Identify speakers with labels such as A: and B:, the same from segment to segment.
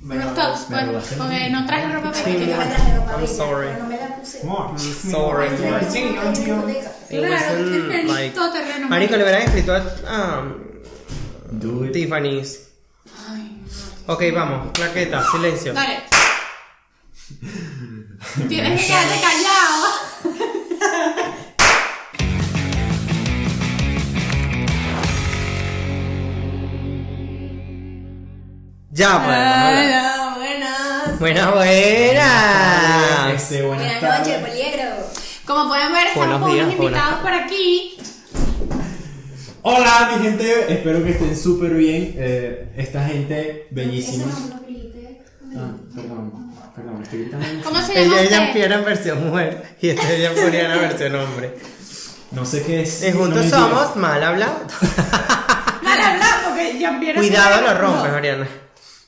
A: Me
B: Ah,
C: unos
A: lo-
C: tops,
A: me lo
C: bueno,
A: hacen.
C: porque no traje ropa para
B: Sí,
C: que
B: no.
C: yo-
B: I'm
D: I'm
B: sorry.
D: sorry. No me la puse.
B: More.
D: Ay,
B: Sorry.
D: me la puse en la discoteca.
B: It
C: Claro,
B: wasn't,
C: el feliz
B: like-
C: todoterreno.
B: Marico, le hubieran escrito a, a
A: Do it.
B: Tiffany's.
C: Ay, no.
B: Ok, vamos, claqueta, silencio.
C: Dale. Tienes que quedarte callado.
B: Ya, pues, bueno.
C: Hola, buenas.
B: Buena, buena.
A: Este, buenas
C: pues.
D: Buenas noches,
A: tardes.
D: poliegro.
C: Como pueden ver, estamos
B: Buenos
C: con unos
B: días, buenas
C: invitados por aquí.
A: Hola, mi gente. Espero que estén súper bien. Eh, esta gente bellísima.
D: Eso no lo grité.
A: Ah, perdón, perdón, estoy gritando.
C: ¿Cómo se llama
B: Ella es
C: usted?
B: Yampiera en versión mujer y esta es Yampiera en versión hombre.
A: No sé qué es.
B: Y juntos somos mal hablados.
C: Mal hablado, porque Jean-Pierre es
B: Cuidado,
C: un-
B: lo rompes, Mariana.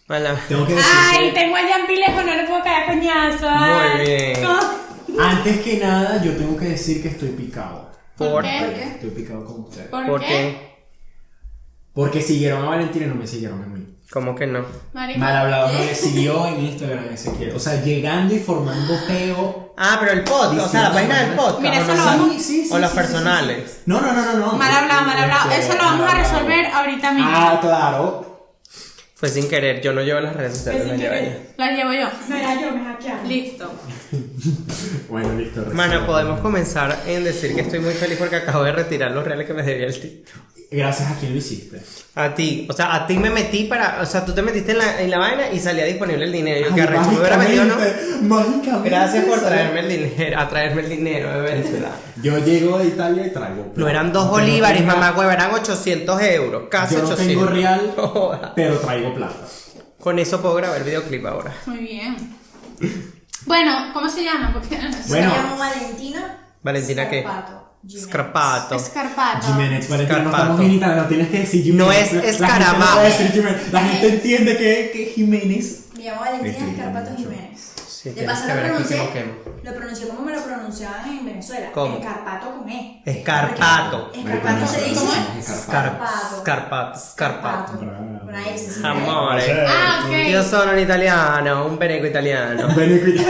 B: Mal hablado.
A: Tengo que decir
C: Ay,
A: que,
C: tengo a Jean-Pierre lejos, no le puedo caer coñazo. ay.
B: Muy bien.
C: No.
A: antes que nada, yo tengo que decir que estoy picado.
C: ¿Por
B: ¿Por
C: qué?
B: qué?
A: Estoy picado con ustedes.
C: ¿Por,
B: ¿Por
C: qué?
B: qué?
A: Porque siguieron a Valentina y no me siguieron a mí.
B: ¿Cómo que no?
C: Marico.
A: Mal hablado, no me siguió en Instagram Ezequiel. O sea, llegando y formando peo.
B: Ah, pero el podcast, o sea, la página del podcast.
C: Mira,
B: ¿o
C: eso
B: no?
C: lo vamos- Sí,
B: O los
A: sí, sí,
B: personales.
A: sí. No, no, no, no, no.
C: Mal hablado, mal hablado.
A: Este,
C: Eso lo vamos a
A: mal hablado.
C: resolver ahorita mismo.
A: Ah, claro.
B: Fue sin querer, yo no llevo las redes sociales, las llevo ella.
C: La llevo yo.
D: No era yo, me hackearon.
C: Listo.
A: Bueno, listo.
B: Mano,
A: resuelve.
B: podemos comenzar en decir que estoy muy feliz porque acabo de retirar los reales que me debía el ti.
A: Gracias a quien lo hiciste.
B: A ti, o sea, a ti me metí para, o sea, tú te metiste en la, en la vaina y salía disponible el dinero. Yo que arrecho, me hubiera metido, ¿no?
A: Mágicamente, mágicamente,
B: Gracias por
A: ¿sabes?
B: traerme el dinero, a traerme el dinero de Venezuela.
A: Yo llego de Italia y traigo.
B: No eran dos
A: Yo
B: bolívares,
A: tengo-
B: mamá, huevo, eran 800 euros, casi
A: Yo no
B: 800.
A: tengo real,
B: No joda.
A: pero traigo plata.
B: Con eso puedo grabar videoclip ahora.
C: Muy bien. Bueno, ¿cómo se llama? Porque
A: Bueno.
D: Me llamo Valentina.
B: Valentina, ¿qué?
D: Scarapato, Jiménez.
B: Escarpato.
C: Escarpato.
A: Jiménez, Valentina, no
B: Escarpato.
A: estamos en Italia, no tienes que decir Jiménez.
B: No es
A: La gente
B: escarabajo.
A: no puede decir Jiménez. La gente entiende que, que Jiménez.
D: Me llamo Valentina
A: Estoy
D: Escarpato
A: gritando mucho.
D: Jiménez.
B: Sí,
D: de
B: tienes
D: paso
B: que
D: lo
B: ver aquí si
D: pronuncié,
B: no quemo.
D: lo pronuncié como me lo pronunciaban en Venezuela.
B: ¿Cómo?
D: Escarpato con E.
B: Escarpato.
D: Porque Escarpato se dice.
C: ¿Cómo
B: Scarp,
D: Escarpato.
B: Scarpato, Scarpato.
D: Escarpato. Con una S, sí.
B: Amore.
C: Ah, ok.
B: Io sono un italiano, un veneco italiano.
A: Ven y cuida-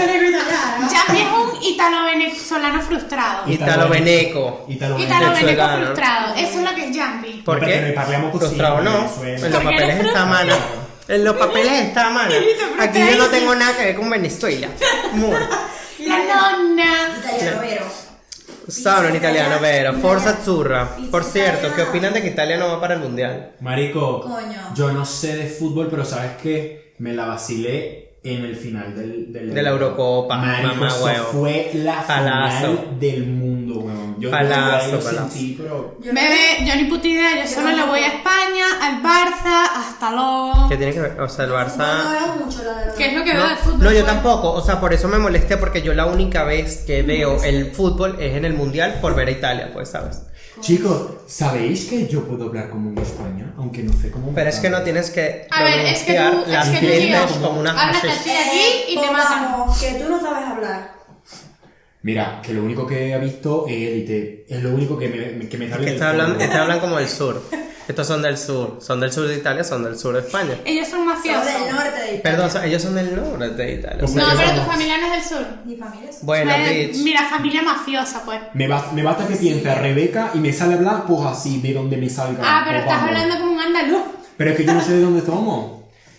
C: Jamie es un italo-venezolano frustrado.
B: Italo veneco.
A: Italo
C: Italo-veneco
B: Venezolano.
C: frustrado. Eso es lo que es Jamie.
B: ¿Por
A: Porque no
B: qué?
A: hay parliamo così,
B: Frustrado
A: in
B: no.
A: Venezuela.
B: En los
C: Porque
B: papeles
C: eres
B: está a mano. En los papeles está a mano.
C: Pero
B: Aquí yo no
C: te
B: tengo nada que ver con Venezuela. Amore.
C: La nonna.
D: Italiano vero.
B: Sono un italiano vero, forza azzurra.
D: Pizza
B: Por cierto, ¿qué
D: italiana.
B: opinan de que Italia no va para el mundial?
A: Marico,
D: Coño.
A: yo no sé de fútbol, pero sabes que me la vacilé en el final del, del-
B: De la Eurocopa,
A: Marico,
B: mamá
A: eso
B: huevo.
A: fue la
B: Palazo.
A: final del mundo, weón. Yo
B: Palazo,
A: yo lo
B: palazo.
A: sentí, pero
D: Yo no-
C: Bebé, yo ni puta idea. Yo solo le voy a España, al Barça, hasta luego.
B: ¿Qué tiene que ver? O sea, el
D: No
B: Barça.
D: veo mucho, la verdad.
C: ¿Qué es lo que veo de
B: No,
C: fútbol?
B: no, yo
C: pues?
B: tampoco. O sea, por eso me molesté porque yo la única vez que veo
C: pues.
B: el fútbol es en el mundial por ver a Italia, pues, ¿sabes?
A: Chicos, ¿sabéis que yo puedo hablar como un español? Aunque no sé cómo.
B: Pero es que no tienes que
C: A ver, es que tú-
B: pronunciar las
A: es que tú,
B: tildes
A: tío,
B: como una
C: hablas
B: hashtag.
C: así. aquí y te matan.
D: vamos, Eh, Que tú no sabes hablar.
A: Mira, que lo único que he visto es Elite. Es lo único que me, que me sale
B: Que
A: del
B: está hablando,
A: fútbol.
B: está hablando como del sur. Estos son del sur. Son del sur de Italia, son del sur de España.
C: Ellos son
D: Somos
C: mafiosos.
D: del norte de Italia.
B: Perdón, son- ellos son del norte de Italia. o sea,
C: No,
A: Ellos
C: pero
A: son-
C: tu familia no es del sur.
D: Mi familia es.
B: bueno,
C: Eh,
B: bitch.
C: Mira, familia mafiosa, pues.
A: Me, bas- me basta que piense a Rebeca y me sale a hablar, pues así, de donde me salga.
C: Ah, pero
A: pues,
C: estás
A: vamos.
C: hablando como un andaluz.
A: Pero es que yo no sé de dónde somos.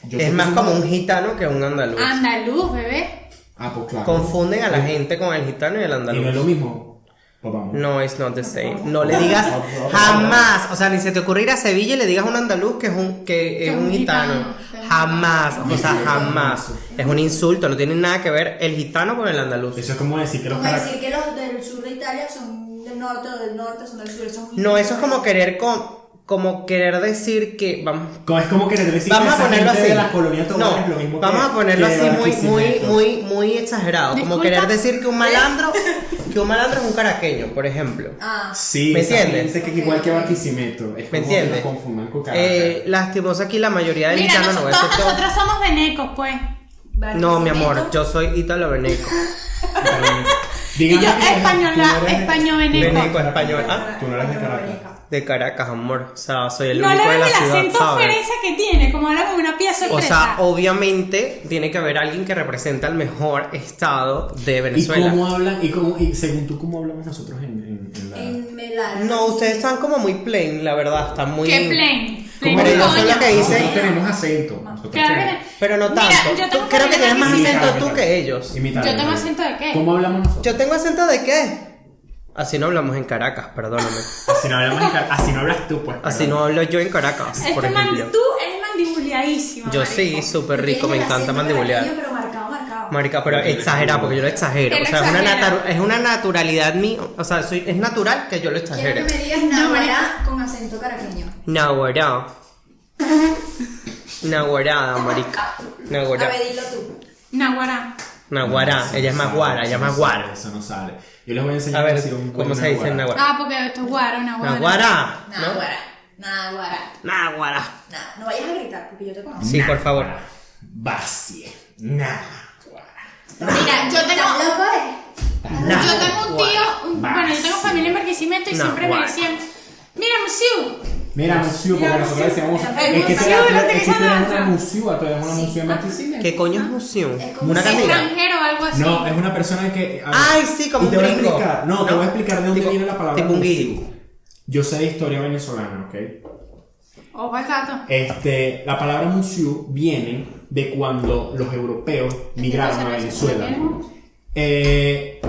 A: Yo sé
B: Es
A: que
B: más
A: somos-
B: como un gitano que un andaluz.
C: Andaluz, bebé.
A: Ah, pues claro.
B: Confunden a la gente con el gitano y el
A: Y no es
B: andaluz.
A: lo mismo. Pues vamos.
B: No, it's not the same. No le digas jamás. O sea, ni se te ocurra ir a Sevilla y le digas a un andaluz que es un, que es un gitano. Jamás. O sea, jamás. Es un insulto. No tiene nada que ver el gitano con el andaluz.
A: Eso es como decir que los
D: Como
A: caracteres.
D: decir que los del sur de Italia son del norte o del norte son del sur. Son
B: No, eso es como querer con, como querer decir que vamos.
A: Es como querer decir
B: Vamos
A: que
B: a
A: esa
B: ponerlo
A: gente
B: así.
A: de las colonias
B: No,
A: tomadas es lo mismo
B: vamos
A: que-
B: a ponerlo
A: que
B: así muy, muy,
A: Barquisimeto.
B: muy, muy exagerado. Como
C: Disculpa.
B: querer decir que un malandro, que un malandro es un caraqueño, por ejemplo.
D: Ah,
A: Sí,
B: ¿Me
A: esa
B: entiendes?
A: gente que es igual que Barquisimeto. Es
B: ¿Me
A: como que
B: entiendes?
A: nos confundan con Caracas.
B: Eh, lastimosa aquí la mayoría del
C: Mira,
B: gitano no voy a
C: nosotros,
B: decir este todo.
C: nosotros somos venecos, pues.
D: Barquisimeto.
B: No, mi amor, yo soy Italo Veneco.
A: Pero,
C: Y
A: Díganme
C: yo,
A: que eres-
C: española,
A: tú no eres-
C: español
B: Veneco,
C: veneco.
B: español. Ah,
A: Tú no eres de Caracas.
B: de Caracas, amor. O sea, soy el
C: No le
B: único de
C: ves
B: la
C: el
B: ciudad,
C: acento
B: ¿sabes?
C: fresa que tiene, como habla como una pieza
B: O
C: fresa.
B: sea, obviamente tiene que haber alguien que representa el mejor estado de
A: ¿Y
B: Venezuela.
A: cómo hablan? ¿Y, cómo, y según tú, cómo hablamos nosotros en, en- en la...
D: En Melana.
B: No, ustedes están como muy plain, la verdad, están muy...
C: Qué plain.
B: Como
C: Plain
B: ellos son
C: coño.
B: los que
A: Nosotros
B: dicen,
A: tenemos acento. Nosotros
C: Claro que
A: tenemos-
B: pero no
C: Mira, yo
B: tanto. Tú-
C: tengo
B: creo que
C: familia
B: tienes más
C: que-
A: Imitar,
B: acento tú
A: imitar.
B: que ellos.
A: Imitar,
C: Yo tengo
A: imitar.
C: acento de qué?
A: ¿Cómo hablamos nosotros?
B: Yo tengo acento de qué? Así no hablamos en Caracas, perdóname.
A: Así Ah, no hablamos en Car- Así no hablas tú, pues.
B: Así no hablo yo en Caracas, por
C: Este man,
B: ejemplo.
C: tú eres mandibuleadísimo.
B: Yo
C: marico.
B: sí, súper
D: Tiene
B: rico, me
D: el
B: encanta
D: acento caraqueño,
B: mandibulear.
D: Pero marcado, marcado.
B: Marica, pero exagera, porque yo lo exagero.
C: Él
B: O sea, es una,
C: exagera.
B: natu- es una naturalidad mía. O sea, soy- es natural que yo lo
D: Quiero que
B: exagere.
D: me digas
C: No,
D: Navarra con acento caraqueño.
B: Naguará. Naguarada, marica.
D: A
B: Naguará.
D: ver, dilo tú.
C: Naguará.
B: Naguará. Ella es más guara, ella es más guara.
A: Eso no sale. Yo les voy a enseñar
B: A ver,
A: decir un-
B: ¿cómo
A: una
B: se dice
A: guara.
B: en naguará?
C: Ah, porque esto es guaro, naguara.
B: Naguará. ¿no?
D: Naguará. Naguará.
B: Naguará.
D: Nah, no vayas a gritar porque yo te conozco.
B: Sí, por favor.
A: Vacie. Nah.
C: Mira, yo tengo,
D: ¿Estás loco, eh?
C: yo tengo un tío, un-
A: Naguará.
C: bueno, yo tengo familia en Barquisimeto y siempre me
B: Naguará.
C: decían, mira, Musiu,
A: Mira, Musiu, porque
C: Mira,
A: nosotros
C: Musiu.
A: decíamos.
C: El
A: Es que
C: Musiu,
A: todavía-
C: la
A: es que
C: utilizan
A: todavía es una
C: danza.
A: museo, todavía es una museo en Barquisimeto.
B: ¿Qué coño es museo?
D: Es como
B: ¿Una
D: un
B: cantina?
C: extranjero o algo así.
A: No, es una persona que. a ver,
B: Ay, sí, como
A: y te
B: un
A: voy a
B: gringo.
A: explicar- No, te
B: ¿No?
A: voy a explicar de dónde
B: Tipo-
A: viene la palabra.
B: tipo un
A: museo.
B: gringo.
A: Yo sé de historia venezolana, ¿ok?
C: Ojo al gato.
A: Este, la palabra museo viene de cuando los europeos migraron a Venezuela. Eh,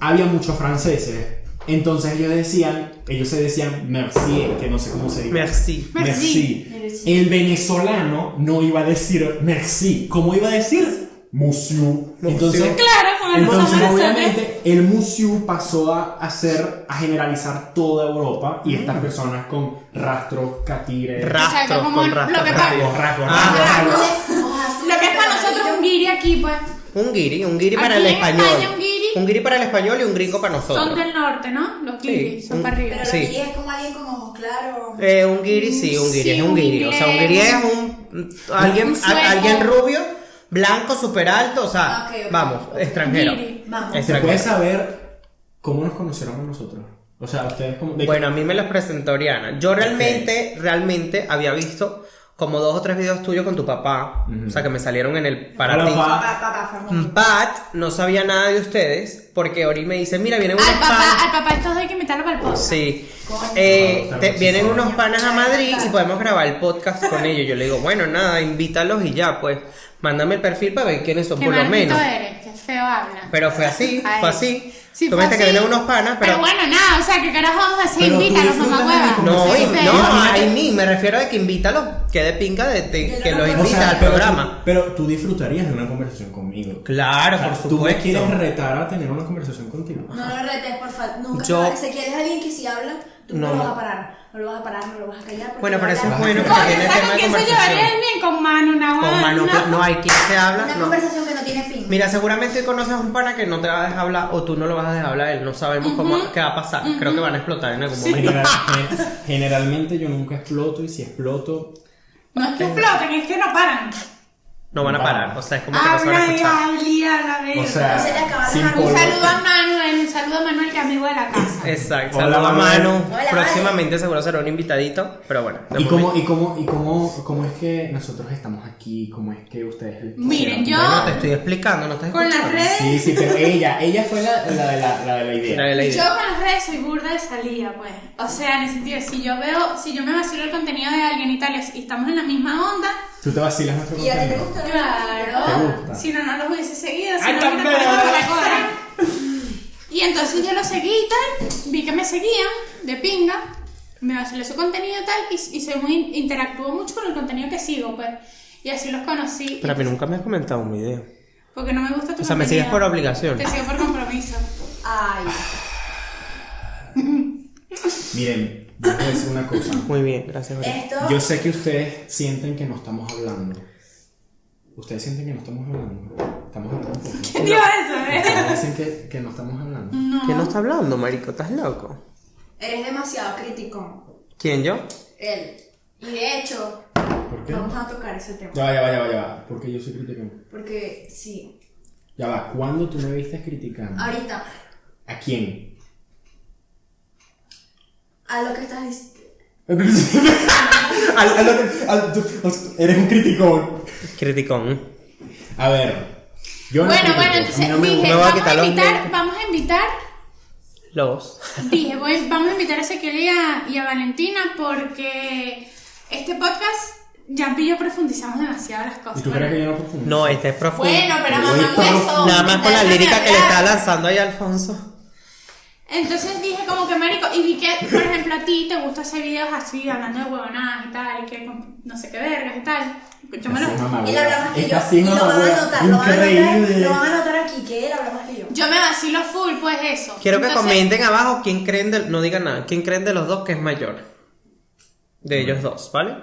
A: había muchos franceses. Entonces ellos decían, ellos se decían mercier, que no sé cómo se dice.
B: Merci.
A: Merci.
D: Merci.
A: El venezolano no iba a decir merci. ¿Cómo iba a decir? Musiu.
B: Musiu.
A: Entonces,
C: Claro, con el
A: entonces
C: mono
A: obviamente, el musiu pasó a hacer, a generalizar toda Europa
B: Mm.
A: y estas personas con rastros, catires,
B: Rastros
C: como
B: con
C: lo
B: rastros.
C: que
B: rastros.
A: rasgos, rasgos,
B: Ah,
A: rasgos, rasgos.
C: Lo que es para nosotros un guiri aquí, pues,
B: Un guiri, un guiri para
C: Aquí
B: el
C: en
B: español.
C: España, un guiri.
B: Un guiri para el español y un gringo para
C: son
B: nosotros.
C: del norte, ¿no? Los
B: Sí,
C: guiris, son
B: un-
C: para arriba.
D: Pero
B: Sí.
D: lo dirías como alguien con ojos claros.
B: Eh, un guiri, sí, un guiri,
C: Sí,
B: es un
C: un
B: guiri. O sea, un guiri es un. Alguien,
C: Un
B: a-
C: sueco.
B: alguien rubio, blanco, súper alto, o sea,
D: Ah, ok, ok.
B: vamos, extranjero.
C: Guiri.
D: Vamos.
A: ¿Se puede
B: Extranjero.
A: saber cómo nos conocieron nosotros? O sea, ustedes como... de-
B: Bueno, a mí me los presentó Oriana. Yo realmente, realmente había visto como dos o tres videos tuyos con tu papá. O sea, que me salieron en el para
A: Hola,
B: ti.
A: papá.
D: Papá, papá,
B: Mm,
D: Fernando.
B: But no sabía nada de ustedes porque Ori me dice, mira, vienen unos
C: Al papá,
B: panas.
C: al papá estos hay que meterlo para el pozo.
B: Sí.
D: Coño.
B: Eh,
A: Ah,
B: te-
A: sí,
B: vienen
A: sí.
B: unos panas a Madrid y podemos grabar el podcast con ellos. Yo le digo, bueno, nada, invítalos y ya, pues, mándame el perfil para ver quiénes son,
C: Qué
B: por lo
C: maldito
B: menos.
C: eres, qué feo habla.
B: Pero fue así,
C: Ay.
B: fue así.
C: Sí,
B: Tú
C: fue
B: me dijiste que
C: así.
B: vienen unos panas, pero.
C: Pero bueno, nada, o sea, ¿qué carajo vamos a hacer?
A: Pero tú
C: Invítalos,
A: disfruta
C: mamá
A: de mi
C: hueva.
A: conversación.
B: no,
C: Sí,
B: y-
A: pero-
B: no,
C: feo.
B: a mí me refiero a que invítalos, que de pinga de, de-
D: Yo
B: que
D: no
B: los
D: me
A: O
B: invitas
A: sea,
B: al
A: pero tú-
B: programa.
A: Pero tú disfrutarías de una conversación conmigo.
B: Claro,
A: O sea,
B: por
A: Tú me
B: supuesto.
A: quieres retar a tener una conversación contigo.
D: No lo retes, por favor. Nunca.
B: Yo-
D: te va- Si quieres a alguien que sí habla, tú no,
B: No,
D: lo vas
B: no.
D: a parar. No lo vas a parar, no lo vas a callar. porque
B: Bueno,
D: no
B: pero eso es
D: hablas.
B: bueno porque
C: Coño,
B: tiene
C: ¿sabes
B: tema
C: con
B: de
C: quién se
B: conversación.
C: llevaría el bien? Con Manu, una
B: Con mano, no hay quien se habla.
D: Una
B: no.
D: conversación que no tiene fin.
B: Mira, seguramente hoy conoces a un pana que no te va a dejar hablar o tú no lo vas a dejar hablar, él no sabemos cómo qué va a pasar. Creo que van a explotar en algún momento.
A: General- gen- generalmente yo nunca exploto y si exploto...
C: No es que exploten, es que no paran.
B: No van a parar, o sea, es como que no se van a
C: Habla y
B: escuchar.
C: habla y habla.
A: O
C: mira.
A: sea,
D: se le acabaron
A: sin
D: las- un
C: Un
A: polvo.
C: saludo a Manuel, un saludo a Manuel que es amigo de la casa.
B: Exacto.
A: Hola,
B: Saludos a
A: Manuel.
B: Manu.
D: Hola,
B: Próximamente seguro será un invitadito, pero bueno. de
A: ¿Y
B: momento.
A: cómo, y, cómo, y cómo, cómo es que nosotros estamos aquí? ¿Cómo es que ustedes... les
C: Miren,
A: pusieron?
C: yo-
B: Bueno, te estoy explicando, no estás
C: Con las
B: escuchando.
C: redes,
A: Sí, sí, pero ella, ella fue la, la, de la, la de la idea.
B: Dale la
C: yo
B: idea.
C: con las redes soy burda de salida, pues. O sea, en el sentido, si yo veo, si yo me vacilo el contenido de alguien y tal, y estamos en la misma onda,
A: Tú te vacilas nuestro
D: ¿Y a ti te
A: contenido.
D: gusta?
A: ¿Te
C: claro.
A: gusta?
C: Si no, no los hubiese seguido, si
B: Ay,
C: no,
B: tan
C: mira,
B: feo.
C: por ejemplo, la cobra. Y entonces yo los seguí y tal, vi que me seguían, de pinga, me vacilé su contenido y tal, y, y soy muy, interactúo mucho con el contenido que sigo, pues. Y así los conocí.
B: Pero a mí nunca me has comentado un video.
C: Porque no me gusta tu
B: O sea, me
C: contenido.
B: sigues por obligación.
C: Te sigo por compromiso.
D: Ay.
B: Ah,
A: Miren, yo les voy a decir una cosa.
B: Muy bien, gracias. Ori.
D: Esto.
A: Yo sé que ustedes sienten que no estamos hablando. Ustedes sienten que no estamos hablando. Estamos hablando. un poco.
C: ¿Qué digo eso, eh?
A: Ustedes dicen que, que no estamos hablando.
B: ¿Quién no está hablando, marico? ¿Estás loco?
D: Eres demasiado crítico.
B: ¿Quién, yo?
D: Él. Y de hecho,
A: ¿Por qué?
D: vamos a tocar ese tema.
A: Ya va, ya va, ya va, ya va. Porque yo soy criticando.
D: Porque sí. Ah.
A: Ya va. ¿Cuándo tú me viste criticando?
D: Ahorita.
A: ¿A quién?
D: A lo que estás diciendo.
A: Al- al otro- al- tú- eres un criticón.
B: Criticón.
A: A ver. Yo no
C: Bueno,
A: critico,
C: bueno,
A: a mí
C: entonces
A: no me
C: dije,
A: gusta.
B: No voy a
C: vamos, a
B: quitar los
C: invitar,
B: lentes.
C: vamos a invitar,
B: Los.
C: dije, voy- vamos a invitar a Ezequiel y a, y a Valentina porque este podcast, Yampi y yo profundizamos demasiado las
A: ¿Y
C: cosas.
A: tú crees que yo no profundo?
B: No, este es profundo.
D: Bueno, pero
A: Voy
D: mamá,
A: por-
D: hueso.
B: Nada más con la
D: Déjame
B: lírica que le
D: hablar.
B: está lanzando ahí a Alfonso.
C: Entonces dije como que marico, y vi que, por ejemplo, a ti te gusta hacer videos así, hablando de huevonadas y tal, y que con no sé qué vergas y tal. Yo me,
A: Esta sí es
C: lo,
A: mamá
D: Y la
A: hueva.
D: hablamos que
A: Esta
D: yo.
A: sí
D: Y
A: es
D: lo
A: mamá
D: van a
A: hueva.
D: anotar, lo van a anotar.
A: Increíble.
D: Lo van a anotar aquí, que él habla más que yo.
C: yo me vacilo full, pues eso.
B: Quiero que
C: Entonces,
B: comenten abajo quién creen de, no digan nada, quién creen de los dos que es mayor. De ellos dos, ¿vale?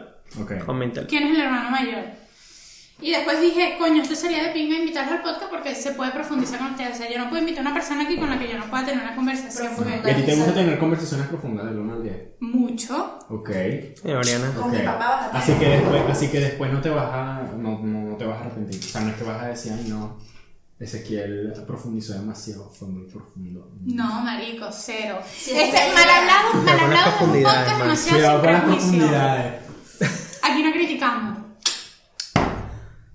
A: Ok.
B: Coméntalo.
C: ¿Quién es el hermano mayor? Y después dije, coño, esto sería de pinga invitarlos al podcast porque se puede profundizar con ustedes. O sea, yo no puedo invitar a una persona aquí con la que yo no pueda tener una conversación porque
A: ¿Y a ti te gusta tener conversaciones profundas del 1 al 10?
C: mucho.
A: Ok.
B: Y Mariana.
D: Con mi
A: ok.
D: papá vas a
A: así que después así que después no te vas a no, no, no te vas a arrepentir o sea no es que vas a decir ay no Ezequiel profundizó demasiado fue muy profundo
C: No, marico, cero.
D: Sí,
C: este,
D: sí.
C: mal hablado, mal
B: Pero con las
C: hablado es un
B: profundidades,
C: podcast
B: man.
C: demasiado
A: cuidado
C: sin
A: con las
C: prejuicio.
A: profundidades
C: Aquí no criticamos.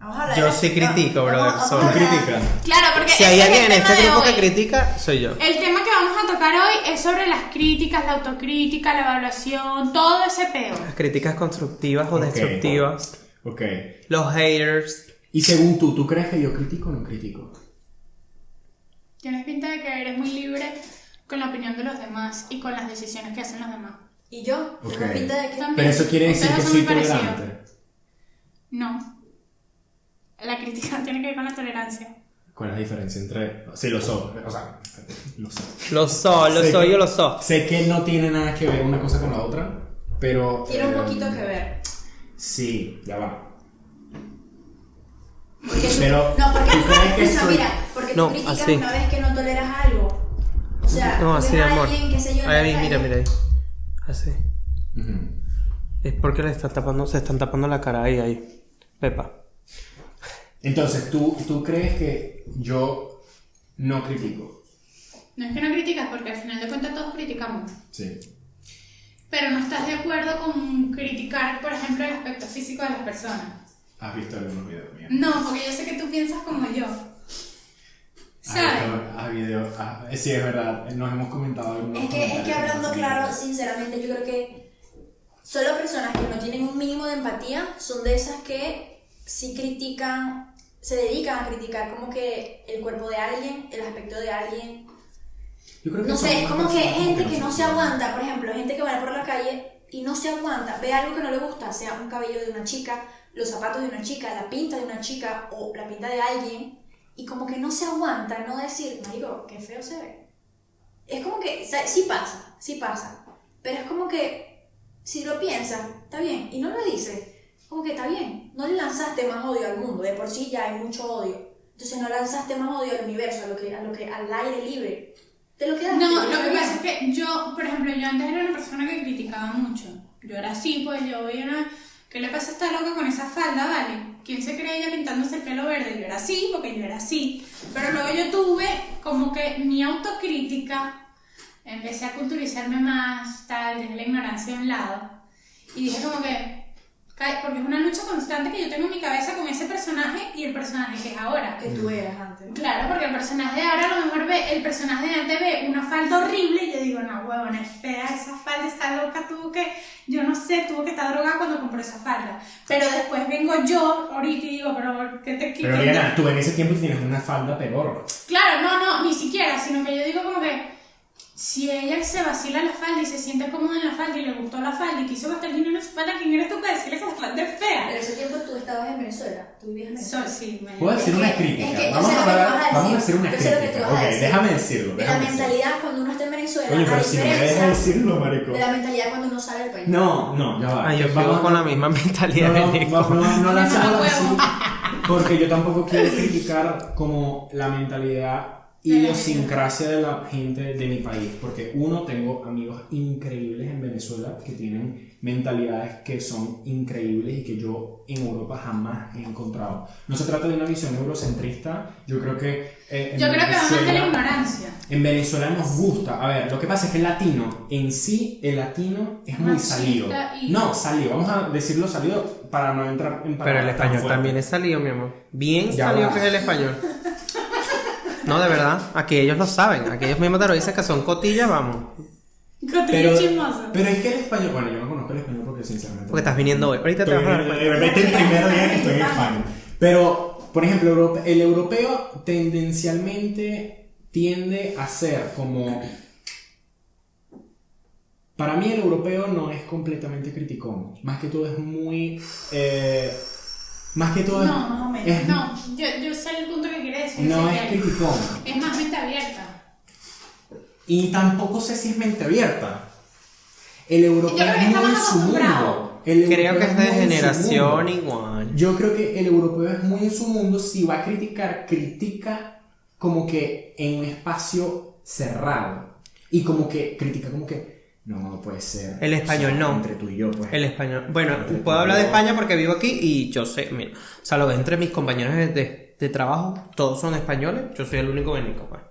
D: Vamos a hablar
B: Yo
D: de-
B: sí critico,
D: no,
B: brother,
D: vamos- vamos
B: solo
D: a
A: no
D: hablar-
A: criticas
C: Claro, porque
B: Si
C: ese
B: hay
C: es el
B: alguien en
C: tema
B: este
C: de
B: grupo que
C: hoy.
B: critica, soy yo.
C: El tema que vamos a tocar hoy es sobre las críticas, la autocrítica, la evaluación, todo ese peo.
B: Las críticas constructivas o
A: Ok.
B: destructivas.
A: ok
B: Los haters.
A: y según tú tú crees que yo critico o no critico
C: Tienes pinta de que eres muy libre con la opinión de los demás y con las decisiones que hacen los demás.
D: ¿Y yo?
A: Ok.
D: ¿Tengo pinta de que-
C: También.
A: pero eso quiere decir
C: Ustedes
A: que
C: son
A: soy
C: muy parecidos.
A: tolerante
C: No. La crítica tiene que ver con la tolerancia.
A: ¿cuál es la diferencia entre sí lo soy o sea lo soy
B: Los so, los
A: Sé
B: soy
A: que-
B: yo los so.
A: sé que no tiene nada que ver una cosa con la otra pero
D: Tiene un
A: eh,
D: poquito que ver.
A: sí ya va
D: Porque tú-
A: Pero,
D: no, porque
A: ¿tú
D: tú
A: crees que
D: criticas,
A: soy-
D: mira, porque
B: No,
D: tú criticas
B: así.
D: una vez que no toleras algo. O sea,
B: No,
D: tú
B: así,
D: ves a
B: amor.
D: alguien, qué sé yo, en la
B: Ahí, mira,
D: calle,
B: mira ahí. Así.
A: Ujú.
B: Es porque le están tapando, se están tapando la cara ahí, ahí. Pepa.
A: Entonces, ¿tú, tú crees que yo no critico.
C: No es que no criticas porque al final de cuentas todos criticamos.
A: Sí.
C: Pero no estás de acuerdo con criticar, por ejemplo, el aspecto físico de las personas.
A: Has visto algunos videos míos.
D: Mm,
C: No, porque yo sé que tú piensas como yo.
A: Has
C: ¿Sabes?
A: visto- has videos. has- sí, es verdad. Nos hemos comentado algunos.
D: Es que, es que
A: comentarios.
D: hablando claro, sinceramente, yo creo que solo personas que no tienen un mínimo de empatía son de esas que sí critican, se dedican a criticar como que el cuerpo de alguien, el aspecto de alguien.
A: Yo creo que
D: No
A: son
D: sé,
A: más
D: es como que
A: personas
D: gente que no se
A: aguanta.
D: aguanta, por ejemplo, gente que va por la calle y no se aguanta, ve algo que no le gusta, sea un cabello de una chica, los zapatos de una chica, la pinta de una chica o la pinta de alguien, y como que no se aguanta no decir, marico, qué feo se ve. Es como que, o sea, sí pasa, sí pasa, pero es como que si lo piensas, está bien, y no lo dices, como que está bien, no le lanzaste más odio al mundo, de por sí ya hay mucho odio. Entonces no lanzaste más odio al universo, a lo que, a lo que, al aire libre. Te lo quedaste.
C: No,
D: te
C: lo que
D: quedaste.
C: pasa es que yo, por ejemplo, yo antes era una persona que criticaba mucho. Yo era así, pues yo era, ¿qué le pasa a esta loca con esa falda, vale? ¿Quién se cree ella pintándose el pelo verde? Yo era así, porque yo era así. Pero luego yo tuve como que mi autocrítica, empecé a culturizarme más, tal, desde la ignorancia a un lado. Y dije como que, "Ca- porque es una lucha constante que yo tengo en mi cabeza con ese personaje y el personaje que es ahora.
D: que tú eras antes. ¿no?
C: Claro, porque el personaje de ahora a lo mejor ve, el personaje de antes ve una falda horrible y yo digo, no, huevón, es fea esa falda, esa loca tuvo que, yo no sé, tuvo que estar drogada cuando compró esa falda. Pero después vengo yo ahorita y digo, pero ¿qué te
A: Pero
C: qué-
A: Diana, tú en ese tiempo tienes una falda peor.
C: Claro, no, no, ni siquiera, sino que yo digo como que si ella se vacila la falda y se siente cómoda en la falda y le gustó la falda y quiso gastar dinero en su falda, ¿quién eres tú para decirle que la falda es
D: Pero
C: fea?
D: ese tiempo tú estabas en Venezuela. Tú vivías en Venezuela.
C: Eso sí, me-
A: Puedo decir
D: que-
A: una
D: es
A: crítica.
D: que yo
A: vamos,
D: sé
A: a
D: lo que
A: hablar-
D: tú vas a
A: vamos a
D: decir.
A: hacer una
D: Yo sé lo que tú
A: crítica.
D: vas a
A: ok,
D: decir.
A: déjame decirlo.
D: De la
A: Déjame decirlo.
D: mentalidad cuando uno está en Venezuela.
A: Oye,
D: a
A: pero si no me
D: diferencia
A: dejas decirlo, marico.
D: de la mentalidad cuando uno sale del país.
A: No, no, ya va.
B: Ay, yo
A: Que vamos-
B: sigo Ah, con la misma mentalidad
A: No,
B: de
A: no,
B: Nico.
A: no, no, no lancémoslo
C: Mamá
A: así. Porque yo tampoco quiero criticar como la mentalidad
C: De la
A: idiosincrasia de la gente de mi país. Porque uno, tengo amigos increíbles en Venezuela que tienen mentalidades que son increíbles y que yo en Europa jamás he encontrado. No se trata de una visión eurocentrista, yo creo que... eh, en
C: Yo creo que va más de la
A: Venezuela-
C: ignorancia.
A: en Venezuela nos gusta. A ver, lo que pasa es que el latino, en sí, el latino es muy
C: Machista
A: salido.
C: y-
A: No, salido. Vamos a decirlo salido para no entrar en
B: Pero el español también
A: es.
B: es salido, mi amor. Bien
A: Ya
B: salido
A: va.
B: que es el español. No, de verdad. Aquí ellos lo saben. Aquí ellos mismos te lo dicen que son cotillas, vamos.
C: Cotillo
A: Pero,
C: chismoso.
A: pero es que el español. Bueno, yo no conozco el español porque sinceramente.
B: Porque estás viniendo hoy. Ahorita te vas a dar cuenta.
A: Estoy- Vete el primer día que estoy en España. Pero, por ejemplo, Europa- el europeo tendencialmente tiende a ser como. Para mí, el europeo no es completamente criticón. Más que todo es muy. eh, más que todo es-
C: No, más o menos.
A: es-
C: no, yo, yo sé el punto que quería decir.
A: no
C: sé
A: es
C: que
A: criticón.
C: es más mente abierta.
A: Y tampoco sé si es mente abierta. El europeo
C: creo que
A: es muy
C: estamos
A: en su mundo.
C: acostumbrados.
A: El
B: Creo
A: europeo
B: que es de
A: muy en su mundo.
B: generación igual.
A: Yo creo que el europeo es muy en su mundo. Si va a criticar, critica como que en un espacio cerrado. Y como que critica como que no, no puede ser.
B: El
A: O
B: español
A: sea,
B: no.
A: Entre tú y yo, pues.
B: El español. Bueno,
A: Entre
B: puedo
A: tú y
B: hablar de
A: yo.
B: España porque vivo aquí y yo sé, mira. O sea, lo ves entre mis compañeros de, de- de trabajo, todos son españoles, yo soy el único venico, pues.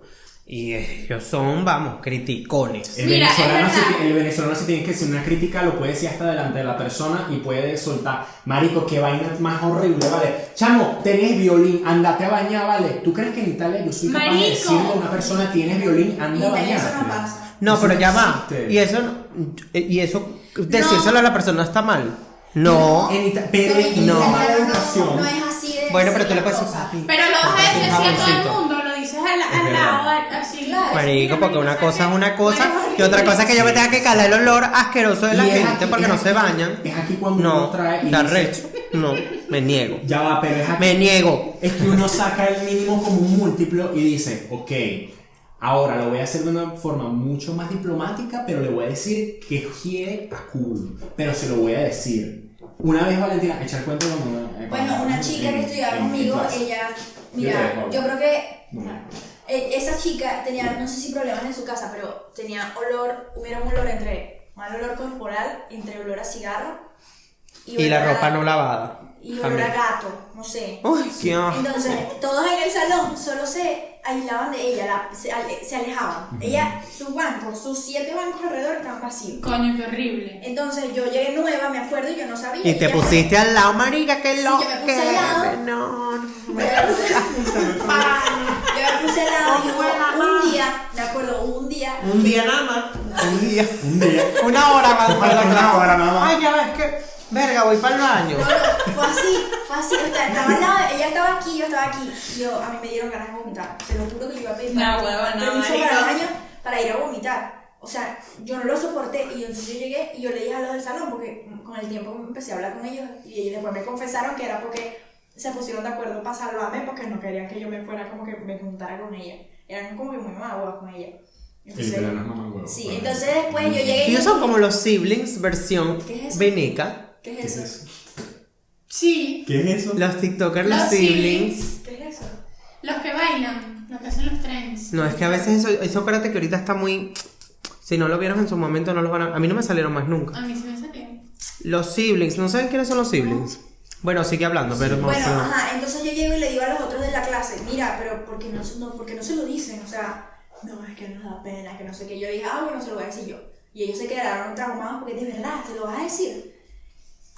B: Y ellos son, vamos, criticones.
A: El
C: Mira, es
A: venezolano,
C: verdad.
A: si, el venezolano si tiene que hacer una crítica lo puede decir hasta delante de la persona y puede soltar, marico, qué vaina más horrible, vale. Chamo, tenés violín, andate a bañar, vale. ¿Tú crees que en Italia yo soy capaz de
C: Marico.
A: decirle a una persona tienes violín, anda a
D: Y
A: bañar?
D: eso no pasa.
B: No,
A: Eso
B: pero
A: no
B: ya va.
A: existe.
B: Y eso, y eso, decírselo a la persona está mal. No.
A: En Ita- pero
D: Pero en
B: no.
D: general
A: mala educación.
D: No, es así de.
B: Bueno, pero
D: decir
B: tú le
D: las
B: puedes decir,
D: cosas.
B: papi.
C: Pero lo vas a
B: papi,
C: decir así a todo
B: jamoncito.
C: el mundo, lo dices al,
A: Ah, Es
C: al
A: verdad.
C: lado, al- así.
D: Claro.
B: Marico, porque una cosa es una cosa y otra cosa es que yo me
A: Sí.
B: tenga que calar el olor asqueroso de la
A: Y es
B: gente
A: aquí-
B: porque
A: es
B: no
A: aquí-
B: se bañan.
A: Es aquí cuando uno
B: No,
A: trae y
B: está
A: dice,
B: recho. No, me niego.
A: Ya va, pero es aquí.
B: Me niego.
A: Es que uno saca el mínimo como un múltiplo y dice, ok, ahora lo voy a hacer de una forma mucho más diplomática, pero le voy a decir que quiere a culo. Pero se lo voy a decir. Una vez Valentina, echar cuento eh, con una.
D: Bueno, una chica que estudiaba conmigo, ella.
A: te dejo
D: Mira,
A: hablar.
D: yo creo que
A: ella.
D: Eh, Esa chica tenía, no sé si problemas en su casa, pero tenía olor, hubiera un olor entre mal olor corporal, entre olor a cigarro
B: Y la
D: olor a-
B: ropa no lavada.
D: Y olor a
B: También. Ah.
D: gato, no sé.
B: Uy, qué asco.
D: Entonces, todos en el salón solo se aislaban de ella, la- se, ale- se alejaban. Ella, sus bancos, sus siete bancos alrededor estaban vacíos.
C: Coño, qué horrible.
D: Entonces, yo llegué nueva, me acuerdo, y yo no sabía.
B: Y te
D: ella-
B: pusiste al lado, marica, qué
D: Sí,
B: loco.
D: yo me puse al lado.
B: No, no.
D: Yo me puse al lado y hubo un día, me acuerdo, hubo un día
B: Un día nada más. Un día.
A: Un día.
B: Una hora más para la
A: Una
B: clase.
A: hora nada más.
B: Ay, ya ves que. Verga, voy para el baño.
D: Fue así, fue así. O sea, estaba al lado, ella estaba aquí, yo estaba aquí. Yo, a mí me dieron ganas de vomitar. Se lo juro que yo iba a pedir
C: No,
D: para-
C: huevona,
D: permiso
C: marico.
D: para el baño para ir a vomitar. O sea, yo no lo soporté y entonces yo llegué y yo le dije a los del salón porque con el tiempo empecé a hablar con ellos y después me confesaron que era porque se pusieron de acuerdo para salvarme porque no querían que yo me fuera como que me juntara con ella. Eran como que muy maguas con ella. Entonces-
A: italiano es mamahuevo.
D: sí, entonces después yo llegué y...
B: Ellos son como los siblings versión
D: ¿Qué es eso?
B: veneca.
D: ¿Qué
A: ¿Qué es
D: es eso?
A: eso?
C: Sí,
A: ¿Qué es eso?
B: Los TikTokers, los,
C: Los
B: siblings.
D: ¿Qué es eso?
C: los que bailan, los que hacen los trends.
B: No, es que a veces eso, eso espérate que ahorita está muy. Si no lo vieron en su momento, no los van a. A mí no me salieron más nunca.
C: A mí se me salió.
B: Los siblings, ¿no saben quiénes son los siblings? Bueno, sigue hablando, pero vamos
D: Bueno,
B: a-
D: ajá, entonces yo llego y le digo a los otros de la clase, mira, pero ¿por qué no, se- no, por qué no se lo dicen? O sea, no, es que nos da pena, que no sé qué. Yo dije, ah, bueno, se lo voy a decir yo. Y ellos se quedaron traumados porque de verdad, se lo vas a decir.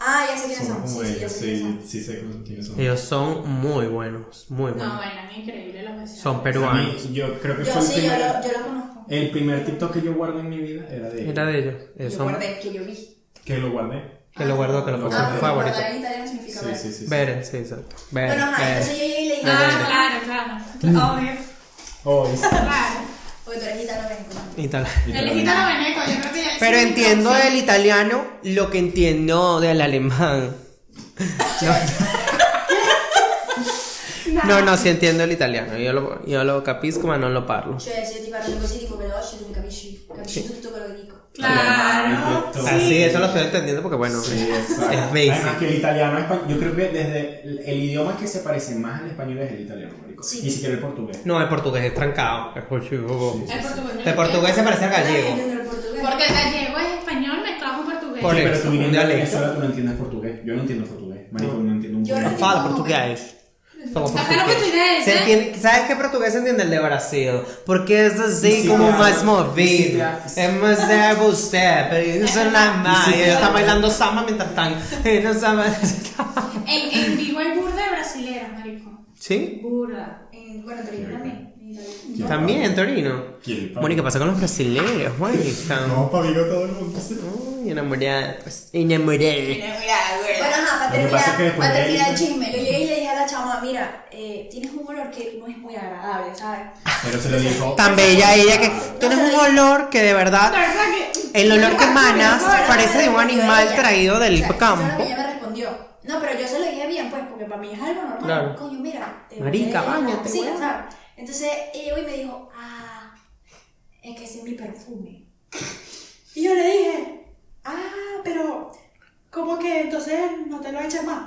D: Ah, ya sé quiénes
A: Son
D: son.
A: como
D: Sí, sí, ya
A: ellos,
D: sé quiénes
A: sí,
D: son.
A: sí sé quiénes son.
B: Ellos son muy buenos, muy
C: No,
B: buenos.
C: bailan increíble los vecinos.
B: Son
A: A mí,
B: peruanos.
A: yo creo que
D: Yo
A: fue el
D: sí, yo
A: primer,
D: lo, yo lo conozco.
A: el primer TikTok que yo guardo en mi vida era de
B: Era de ellos. Ellos
D: eh, Yo
B: Eh, son-
D: guardé, que yo vi.
A: que lo guardé.
B: Que lo guardo, que lo
A: guardo.
D: Ah,
B: Tu
D: pero
B: favorito.
D: guardar en italiano significa ver.
A: sí, sí.
B: Ver, sí, exacto. Ver,
D: Bueno, ajá,
B: ver.
D: entonces yo llegué y le dije,
C: Ah,
D: ah,
C: claro, claro. Obvio.
A: Oh, es-
C: Claro.
D: porque tú eres gitano, vengo.
B: Y tal.
C: El gitano veneco, yo creo que ya le
B: Pero
C: hice mi
B: entiendo
C: canción.
B: del italiano lo que entiendo del alemán. No, no, sí entiendo el italiano. Io lo, io lo capisco, ma non lo parlo.
D: Cioè, se io ti parlo così, dico veloce, tu mi capisci, capisci tutto quello che dico.
C: Claro.
A: Perfecto.
B: Ah, sí, eso lo estoy entendiendo porque, bueno,
A: Sí, exacto.
B: Es basic.
A: Además que el italiano, espa- yo creo que desde el, el idioma que se parece más al español es el italiano, marico.
D: Sí.
A: Ni siquiera el portugués.
B: no, el portugués es trancado. Es portugués.
C: El portugués.
B: El portugués se parece al
D: Io
B: gallego.
D: entiendo il portoghese.
C: Porque el gallego es español mezclado con portugués. portugués.
B: Por
A: Sí, pero
B: eso,
A: tú
B: un
A: viniendo de
B: dialecto.
A: Venezuela tú no entiendes portugués. Yo no entiendo portugués. Marico, no entiendo un
D: Yo
A: poco.
D: no-
B: Fala português. Fala
C: Fala português,
B: Você
C: né?
B: entende- sabe que português você entende de Brasil? Porque é assim
A: Sim,
B: como
A: cara.
B: mais movido.
A: Sim.
B: É, mas é você, por isso na
A: Sim,
B: maia.
A: cara.
B: Está bailando samba mientras tanto. E não sabe.
C: En, en Vigo hay burda de brasileras, marico.
B: Sim?
C: Burda.
D: En- bueno, Torino también. en Italia.
A: ¿Quién?
B: También en Torino.
A: ¿Quién?
B: Mónica, pasó con los brasileños, Mónica.
A: No, Pabigo, todo el mundo. sí.
B: Uy, enamorada, pues, enamorada.
D: Bueno, ajá, para
A: Lo que pasa es que
D: terminar,
A: después
D: para
A: de
D: terminar
A: ahí-
D: el chisme, yo llegué y le dije a la chama, mira, eh, tienes un olor que no es muy agradable, ¿sabes?
A: Pero se lo dijo.
B: Tan bella ella que tienes un olor que de
C: Ah, La
B: verdad,
C: verdad que.
B: el olor que emanas
D: No, no, no,
B: parece de un
D: no, no, no,
B: animal
D: ella.
B: traído del
D: O sea, claro que
B: campo.
D: ella me respondió. No, pero yo se lo dije bien, pues, porque para mí es algo normal.
B: Claro.
D: Coño, mira. te-
B: Marica,
D: te-
B: báñate,
D: Sí,
B: weón.
D: ¿sabes? Entonces ella hoy me dijo, ah, es que ese es mi perfume. Y yo le dije, ah, pero, ¿cómo que entonces no te lo echas más?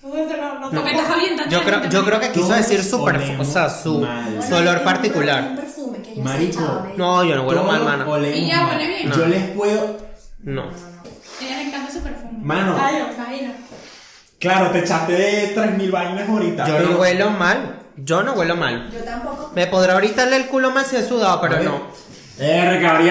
D: No te lo, no te
C: Porque
D: lo-
C: estás oliendo
B: Yo creo, yo creo que quiso
A: Todos
B: decir su, perf-
A: olemos
B: o sea, su,
A: mal.
B: su olor particular.
D: Un perfume que yo
A: Marico.
D: se echaba, me dijo.
B: No, yo no huelo mal,
A: Todos
B: mano.
A: olemos
C: Y ya
A: mal.
C: huele bien.
A: Yo les puedo.
B: No.
C: A ella le encanta su perfume.
A: Mano,
D: Ay, me Ah, imagino.
A: claro, te echaste de 3.000 vainas ahorita.
B: Yo no
A: pero-
B: huelo mal. Yo no huelo mal.
D: Yo tampoco.
B: Me podrá oritarle el culo mal si he sudado, pero no.
A: R, cabrón.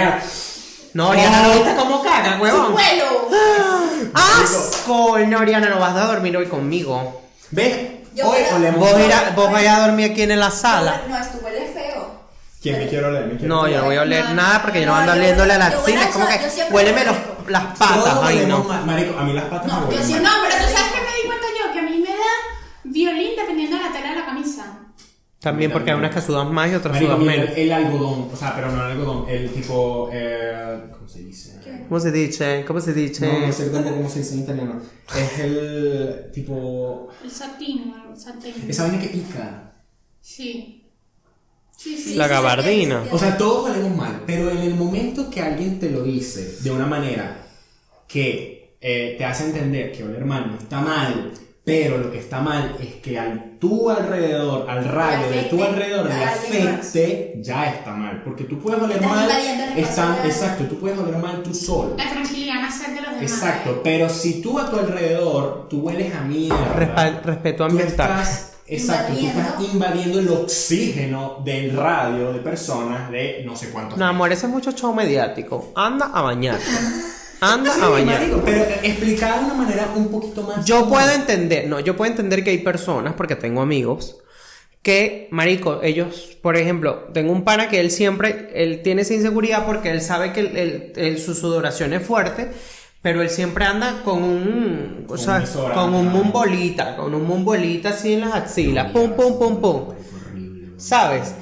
B: No, Oriana, ¿no viste cómo caga, huevón?
A: pues.
D: ¡Vuelo!
B: ¡Asco! No, Oriana, no vas a dormir hoy conmigo.
A: ¿Ves?
D: Yo
A: Hoy
D: huelo-
A: olemos
B: Vos,
A: mal.
B: irá- vos vayas a dormir aquí en la sala.
D: No, esto huele feo.
A: ¿Quién me quiero oler? Me quiero
B: No, yo no voy a oler
C: No,
B: nada porque yo no
D: no,
B: ando
D: yo-
B: oliéndole a la
D: yo
B: axila.
D: huelo
B: Es como
D: a-
B: que
D: yo siempre
B: huéleme
D: huelo.
B: los- las patas.
A: Todos
B: Ay,
A: olemos
B: no.
A: mal. Marico, a mí las patas
D: No,
A: me
D: yo
A: huelen
D: siempre-
A: mal.
C: No, pero tú sabes que me di cuenta yo, que a mí me da violín dependiendo de la tela de la camisa.
B: También porque hay unas que sudan más y otras
A: Marico,
B: sudan
A: mira, el,
B: menos.
A: el algodón, o sea, pero no el algodón, el tipo. Eh, ¿Cómo se dice?
B: ¿Cómo se dice? ¿Cómo se
A: No,
B: dice?
A: no sé tampoco cómo se dice en italiano. Es el tipo.
C: El satín, el satín.
A: Esa vaina que pica.
C: Sí. Sí, sí.
B: La
D: sí,
B: gabardina.
A: O sea, todos valemos mal, pero en el momento que alguien te lo dice de una manera que eh, te hace entender que oler mal no está mal, pero lo que está mal es que al tu alrededor, al radio de tu
D: afecte
A: alrededor, le
D: a alguien más.
A: afecte, ya está mal. Porque tú puedes oler
D: Estás
A: mal,
D: invadiendo el espacio
A: están-
D: de alguien.
A: exacto, tú puedes oler mal tú solo.
C: La tranquilidad no ser de los demás.
A: Exacto, pero si tú a tu alrededor, tú hueles a mierda.
B: Respa- respeto ambiental.
A: Tú estás, exacto, tú estás invadiendo el oxígeno del radio de personas de no sé cuántos.
B: No, amor, ese es mucho show mediático. Anda a bañar. Anda a bañar.
A: Marico, pero explicado de una manera un poquito más.
B: Yo puedo entender, no, yo puedo entender que hay personas, porque tengo amigos, que, marico, ellos, por ejemplo, tengo un pana que él siempre, él tiene esa inseguridad porque él sabe que el- el- el- su sudoración es fuerte, pero él siempre anda con un, o
A: Con
B: sea,
A: un desodorante.
B: con un mumbolita, con un mumbolita así en las axilas, pum, pum, pum, pum, ¿sabes?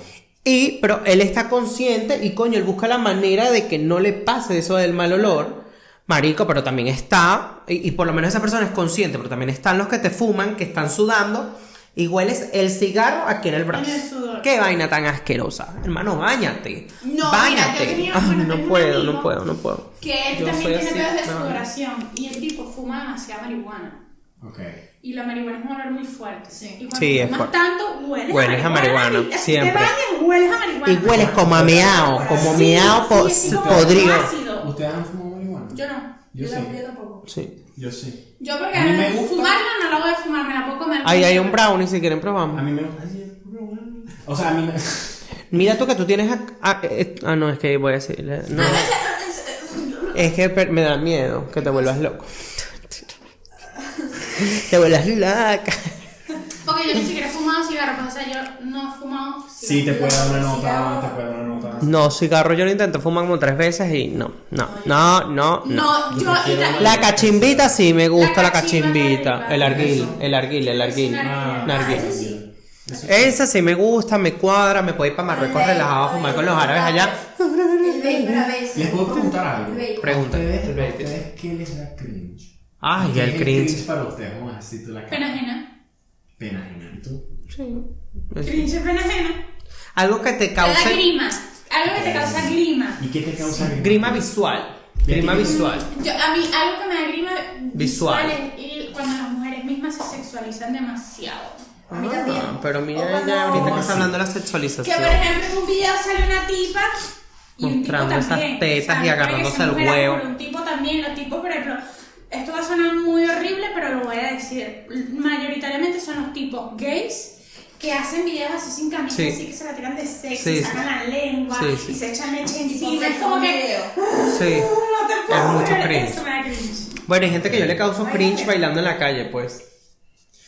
B: Y, pero él está consciente y, coño, él busca la manera de que no le pase eso del mal olor. Marico, pero también está, y, y por lo menos esa persona es consciente, pero también están los que te fuman, que están sudando, y hueles el cigarro aquí en el brazo.
C: En el sudor.
B: Qué vaina tan asquerosa. Hermano, bañate.
C: No,
B: bañate.
C: mira, yo tenía-
B: Ay,
C: bueno,
B: no
C: tengo un
B: puedo,
C: amigo
B: no puedo, no puedo.
C: Que él
B: Yo soy
C: también tiene
B: así,
C: pedos de
B: no.
C: sudoración. Y el tipo fuma demasiada marihuana.
A: Ok.
C: Y la marihuana es un olor muy fuerte.
D: Sí.
C: Y cuando
B: Sí, es
C: fumas
B: fuerte.
C: tanto, hueles,
B: Hueles a
C: a marihuana.
B: marihuana,
C: y- así
B: siempre.
C: Te bañas, hueles a marihuana.
B: Y hueles como a meao, como
C: Sí,
B: meao
C: sí,
B: po-
C: así como
B: podrido.
C: ácido.
A: ¿Ustedes han fumado marihuana?
C: Yo no.
A: Yo
D: Yo,
A: sí.
D: tam- yo tampoco.
B: Sí.
A: Yo sí.
C: Yo porque
A: A mí me gusta.
C: fumarla no la voy a fumar, me la puedo comer.
B: Ahí hay un brownie, si quieren
A: A
B: probamos.
A: mí me gusta. O sea, a mí me.
B: Mira tú que tú tienes... ac- ah, eh, ah, no, es que voy a decirle... No. Es que per- me da miedo que te vuelvas loco. te vuelvas loca.
C: Porque yo ni siquiera he fumado cigarros, pues, o sea, yo no he fumado
A: Sí, te puede dar una nota.
D: Cigarro.
A: Te puede dar una nota.
B: No, cigarro yo lo intento fumar como tres veces y no, no, no, no, no.
C: No, yo y la-
B: La cachimbita sí me gusta la
C: La cachimbita,
B: cachimbita. El arguil,
A: Eso.
B: el arguil, el arguil.
A: Ah,
B: Narguil.
A: eso sí. Eso sí.
B: Esa sí me gusta, me cuadra, me puedo ir para Marruecos relajado a fumar con los árabes allá.
D: El vape a veces.
A: ¿Les puedo preguntar algo?
D: El vape.
B: Pregunta.
A: ¿A ustedes, a ustedes qué les da cringe?
B: Ay,
A: ¿Qué es
B: el cringe.
A: para ustedes? Vamos a decir tú la cara.
C: Pena ajena.
A: Pena ajena. ¿Y tú?
C: Cringe, pena ajena.
B: Algo que te
C: Te da
B: cause
C: grima. Algo que te
A: Eh.
C: causa grima.
A: ¿Y qué te causa
B: grima visual. Grima visual.
C: Yo, a mí, algo que me da grima
B: Visual.
C: es el- cuando las mujeres mismas se sexualizan demasiado.
D: A mí también.
B: Ah, pero
D: O
B: mira
D: cuando-
B: ya ahorita que
A: ¿Cómo así?
B: está hablando de la
C: Que por
B: sexualización.
C: ejemplo en un video sale una tipa Y un tipo
B: Mostrando esas
C: también,
B: tetas y
C: no creo que
B: agarrándose
C: se
B: el
C: muera
B: huevo.
C: por Un tipo también, los tipos, por ejemplo, esto va a sonar muy horrible, pero lo voy a decir. Mayoritariamente son los tipos gays que hacen videos así sin camisa,
B: Sí.
C: así que se la tiran de sexo,
B: Sí,
C: y
B: sí.
C: sacan la lengua
B: Sí, sí.
C: y se echan leche
D: Sí,
C: encima.
D: me
C: es como que.
D: video.
B: Sí.
C: "Uh, No te puedo
B: mucho
C: creer
B: cringe.
C: eso, me da cringe.
B: Bueno, hay gente que yo le causo cringe bailando en la calle, pues.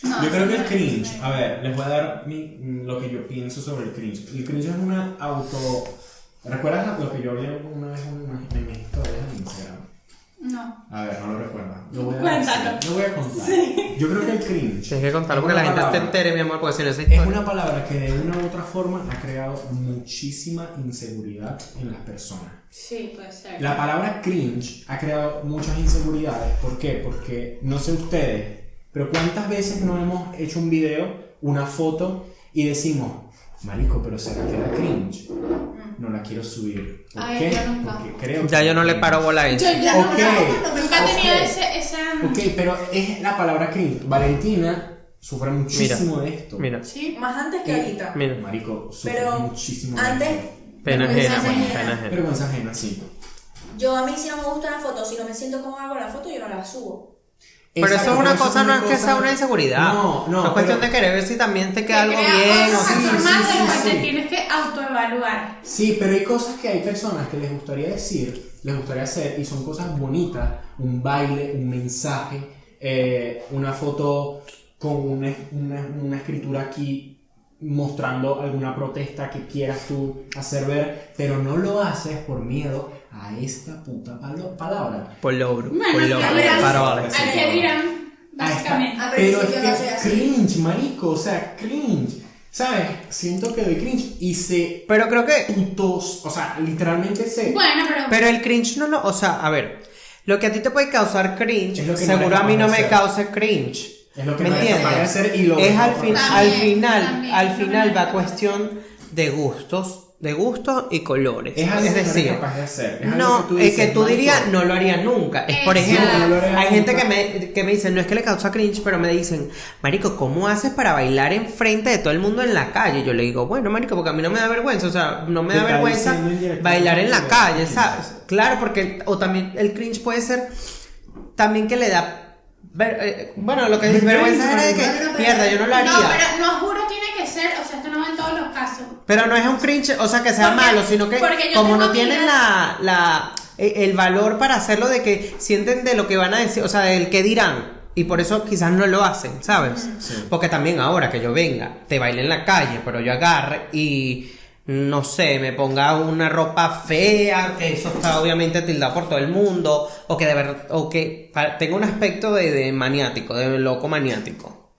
C: No,
A: Yo creo
C: eso
A: que el
C: no es
A: cringe, a ver, les voy a dar mi- mm, lo que yo pienso sobre el cringe. El cringe es una auto... ¿Recuerdas lo que yo hablé una vez en una- en mis historias en Instagram?
C: No.
A: A ver, no lo recuerdo. Lo voy a
C: Cuéntalo.
A: decir, Lo voy a contar. Yo creo que el cringe
B: Tienes que contarlo
A: Es
B: porque la
A: una
B: gente se
A: palabra.
B: entere, mi amor, porque si no esa
A: es
B: historia.
A: una palabra que de una u otra forma ha creado muchísima inseguridad en las personas.
C: Sí, puede ser.
A: La palabra cringe ha creado muchas inseguridades. ¿Por qué? Porque no sé ustedes, pero ¿cuántas veces no hemos hecho un video, una foto y decimos, Marico, pero será que da cringe?
C: Mm.
A: No la quiero subir. ¿Por
D: Ay,
A: qué?
D: yo nunca.
A: Porque creo
B: Ya
A: que-
B: yo no le paro bola a eso.
C: Yo ya
A: Ok,
C: nunca, nunca he tenido
A: ok.
C: ese, esa.
A: Ok, pero es la palabra cringe. Valentina sufre muchísimo de esto.
B: Mira,
C: Sí.
D: Más antes que ahorita.
B: mira.
A: Marico, sufre
D: Pero
A: Eh, muchísimo de
D: antes,
A: esto.
B: Pena
D: Vergüenza
B: ajena, bueno,
D: ajena.
B: pena pues, ajena.
A: Vergüenza ajena, sí.
D: yo a mí si no me gusta la foto, si no me siento cómoda con la foto, yo no la subo.
B: Pero eso
A: Exacto,
B: es una cosa, no es que
A: cosa-
B: sea una inseguridad.
A: No, no.
B: Es cuestión
A: pero-
B: de querer ver si también te queda
C: Te
B: algo
C: crea
B: bien o
C: cosas
A: sí, sí,
C: abnormales,
A: sí,
C: pues,
A: sí.
C: te tienes que autoevaluar.
A: Sí, pero hay cosas que hay personas que les gustaría decir, les gustaría hacer, y son cosas bonitas, un baile, un mensaje, eh, una foto con una, una- una escritura aquí mostrando alguna protesta que quieras tú hacer ver, pero no lo haces por miedo a esta puta palo- palabra.
B: Por logro, por
C: Bueno,
B: logro,
C: al
A: que
C: que
A: verás.
B: paro bola.
C: dirán, al que
A: A
C: dirán,
A: esta-
C: básicamente.
D: Ah,
A: pero
D: pero
A: es
D: sí, yo no soy
A: que
D: así.
A: cringe, marico, o sea, cringe. ¿Sabes? Siento que doy cringe y se
B: Pero creo que.
A: putos, o sea, literalmente se...
C: Bueno, pero,
B: Pero el cringe no lo. O sea, a ver. Lo que a ti te puede causar cringe,
A: Es lo que no
B: seguro
A: eres
B: a mí no
A: capaz de
B: me
A: hacer.
B: causa cringe.
A: Es lo que
B: ¿Me
A: no eres capaz de
B: entiendes?
A: hacer y lo
B: es
A: que
B: al,
A: no
B: fin-
A: eres.
B: al
C: También,
B: final,
C: también,
B: al
C: también
B: final
C: es
B: va
C: capaz.
B: cuestión de gustos, de gustos y colores.
A: Es algo que no
B: decir,
A: eres capaz de hacer. Es algo
B: no,
A: que tú
B: es que
A: dices,
B: tú
A: "Marico,
B: dirías, no lo haría nunca. Es por
C: Exacto.
B: ejemplo,
A: No, no lo haría
B: hay gente que
A: nunca.
B: me, que me dice, no es que le causa cringe, pero me dicen, Marico, ¿cómo haces para bailar enfrente de todo el mundo en la calle? Yo le digo, bueno, Marico, porque a mí no me da vergüenza, o sea, no me
A: Te
B: da
A: está
B: vergüenza
A: diciendo indirectamente
B: bailar en la
A: que le da
B: calle,
A: cringe.
B: ¿sabes? Claro, porque, o también el cringe puede ser también que le da. ver- eh, bueno, lo que es
A: Vergüenza,
B: vergüenza era de
A: vergüenza.
B: que, mierda, yo no lo haría.
C: no, pero no juro tiene que ser, o sea, esto no va en todos los casos.
B: Pero no es un cringe, o sea, que sea
C: Porque-
B: malo, sino que
C: porque yo
B: como
C: tengo
B: no tienen la,
C: amigas-
B: la- e- el valor para hacerlo de que sienten de lo que van a decir, o sea, del que dirán. Y por eso quizás no lo hacen, ¿sabes?
A: Sí.
B: Porque también ahora que yo venga, te baile en la calle, pero yo agarre y no sé, me ponga una ropa fea, que eso está obviamente tildado por todo el mundo, o que de verdad, o que pa- tenga un aspecto de, de maniático, de loco maniático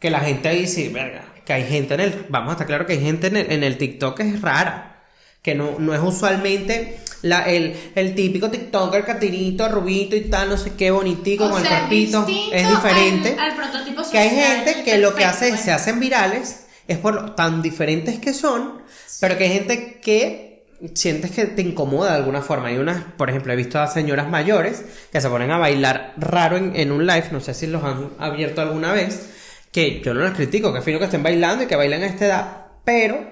B: que la gente ahí sí, verga, que hay gente en el, vamos a estar claro que hay gente en el, en el TikTok que es rara, que no, no es usualmente la, el, el típico TikToker catirito, rubito y tal, no sé qué, bonitico,
C: O
B: con
C: sea,
B: el cuerpito,
C: distinto
B: es diferente.
C: Al, al prototipo social.
B: que hay gente que lo que
C: perfecto,
B: hace es,
C: pues.
B: se hacen virales, es por lo tan diferentes que son, pero que hay gente que sientes que te incomoda de alguna forma. Hay unas, por ejemplo, he visto a señoras mayores que se ponen a bailar raro en, en un live, no sé si los han abierto alguna vez, que yo no las critico, que fino que estén bailando y que bailan a esta edad, pero